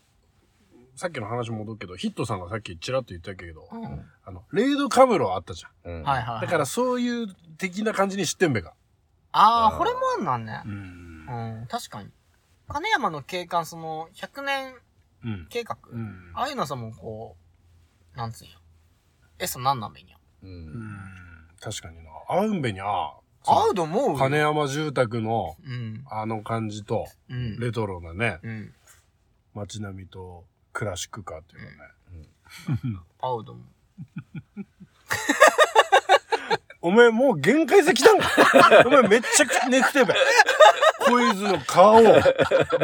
Speaker 3: さっきの話戻るけど、ヒットさんがさっきちらっと言ったけど、
Speaker 1: うん。はい
Speaker 3: あの、レイドカムロあったじゃん。
Speaker 2: うん
Speaker 1: はいはい。
Speaker 3: だから、そういう的な感じに知ってんべか。
Speaker 1: あ
Speaker 2: あ
Speaker 1: あ、
Speaker 2: ー
Speaker 1: これもあんなんね。
Speaker 3: ん
Speaker 1: うん、確かに。金山の景観、その、100年
Speaker 3: うん。
Speaker 1: 計画。
Speaker 3: うん。
Speaker 1: ああいうのさ、もうこう、なんつうんや。え、そ何なんべにゃ。
Speaker 2: う。
Speaker 3: うんん。確かにな。合うんべにゃ。
Speaker 1: 合う
Speaker 3: う
Speaker 1: と思う
Speaker 3: 金山住宅の、
Speaker 1: うん。
Speaker 3: あの感じと、
Speaker 1: うん。
Speaker 3: レトロなね、
Speaker 1: うん。
Speaker 3: 街並みと、クラシックカーっていうかね。
Speaker 1: 合うと思う。
Speaker 3: お前もう限界で来たんか [LAUGHS] お前めっちゃくネクテベ。コイズの顔、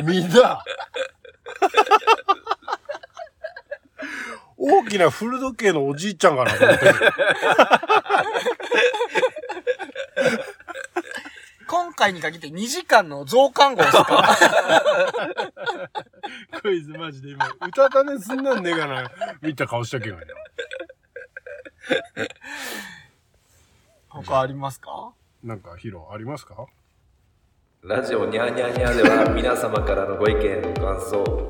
Speaker 3: みん
Speaker 1: [LAUGHS]
Speaker 3: な。大きな古時計のおじいちゃんかなと思ってる。
Speaker 1: 今回に限って2時間の増刊号です [LAUGHS] か
Speaker 3: コイズマジで今、うたた寝すんなんねえかな、見た顔したけがね。
Speaker 1: 他ありますか
Speaker 3: なんか、ヒロありますか
Speaker 2: ラジオニャーニャーニャーでは皆様からのご意見ご感想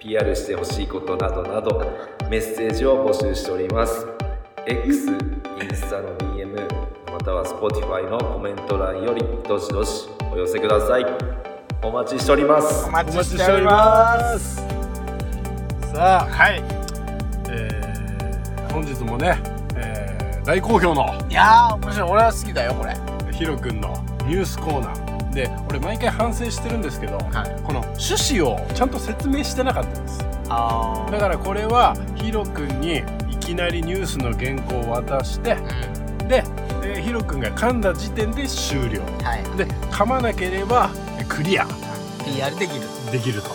Speaker 2: PR してほしいことなどなどメッセージを募集しております X インスタの DM または Spotify のコメント欄よりどしどしお寄せくださいお待ちしております
Speaker 1: お待ちしております。
Speaker 3: す。さあ、
Speaker 1: はい。
Speaker 3: えー、本日もね、えー、大好評の、
Speaker 1: いやー、面白い。俺は好きだよ、これ。は
Speaker 3: ヒロ君のニュースコーナーで俺毎回反省してるんですけど、
Speaker 1: い。
Speaker 3: この趣旨をちゃんと説明してなかったんです
Speaker 1: あ
Speaker 3: だからこれはヒロ君にいきなりニュースの原稿を渡して
Speaker 1: ー。
Speaker 3: で、えーヒロ君が噛んだ時点で終了
Speaker 1: うん。はい。
Speaker 3: で噛まなければえークリア
Speaker 1: PR できる。
Speaker 3: できると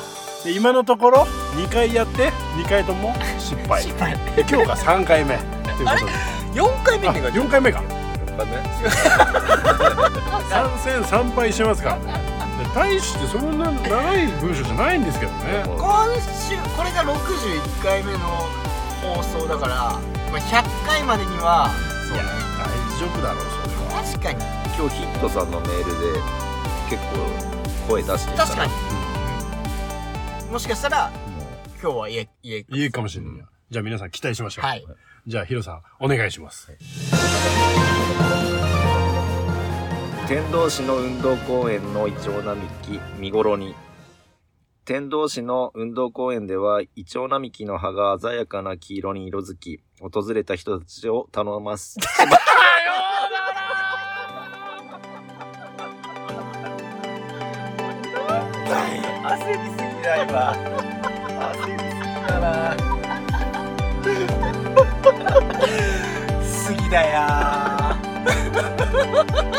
Speaker 3: で今のところ2回やって2回とも失敗
Speaker 1: 失敗。
Speaker 3: [LAUGHS] で今日が3回目ということで
Speaker 1: 4回目
Speaker 3: あ
Speaker 1: ってか、
Speaker 3: 4回目か
Speaker 2: ね
Speaker 3: 3戦3敗してますからねで大してそんな長い文章じゃないんですけどね
Speaker 1: 今週これが61回目の放送だから、まあ、100回までにはそうね
Speaker 3: 大丈夫だろうそれは
Speaker 1: 確かに
Speaker 2: 今日ヒットさんのメールで結構声出してた
Speaker 1: 確かにもしかしたら今日は家家
Speaker 3: いいかもしれない、じゃあ皆さん期待しましょう、
Speaker 1: はい
Speaker 3: じゃあヒロさんお願いします、
Speaker 2: 天童市の運動公園のイチョウ並木見頃に天童市の運動公園では、イチョウ並木の葉が鮮やかな黄色に色づき、訪れた人たちを頼ます。
Speaker 1: 焦りすぎだ今焦りすぎだ [LAUGHS] なすぎだよ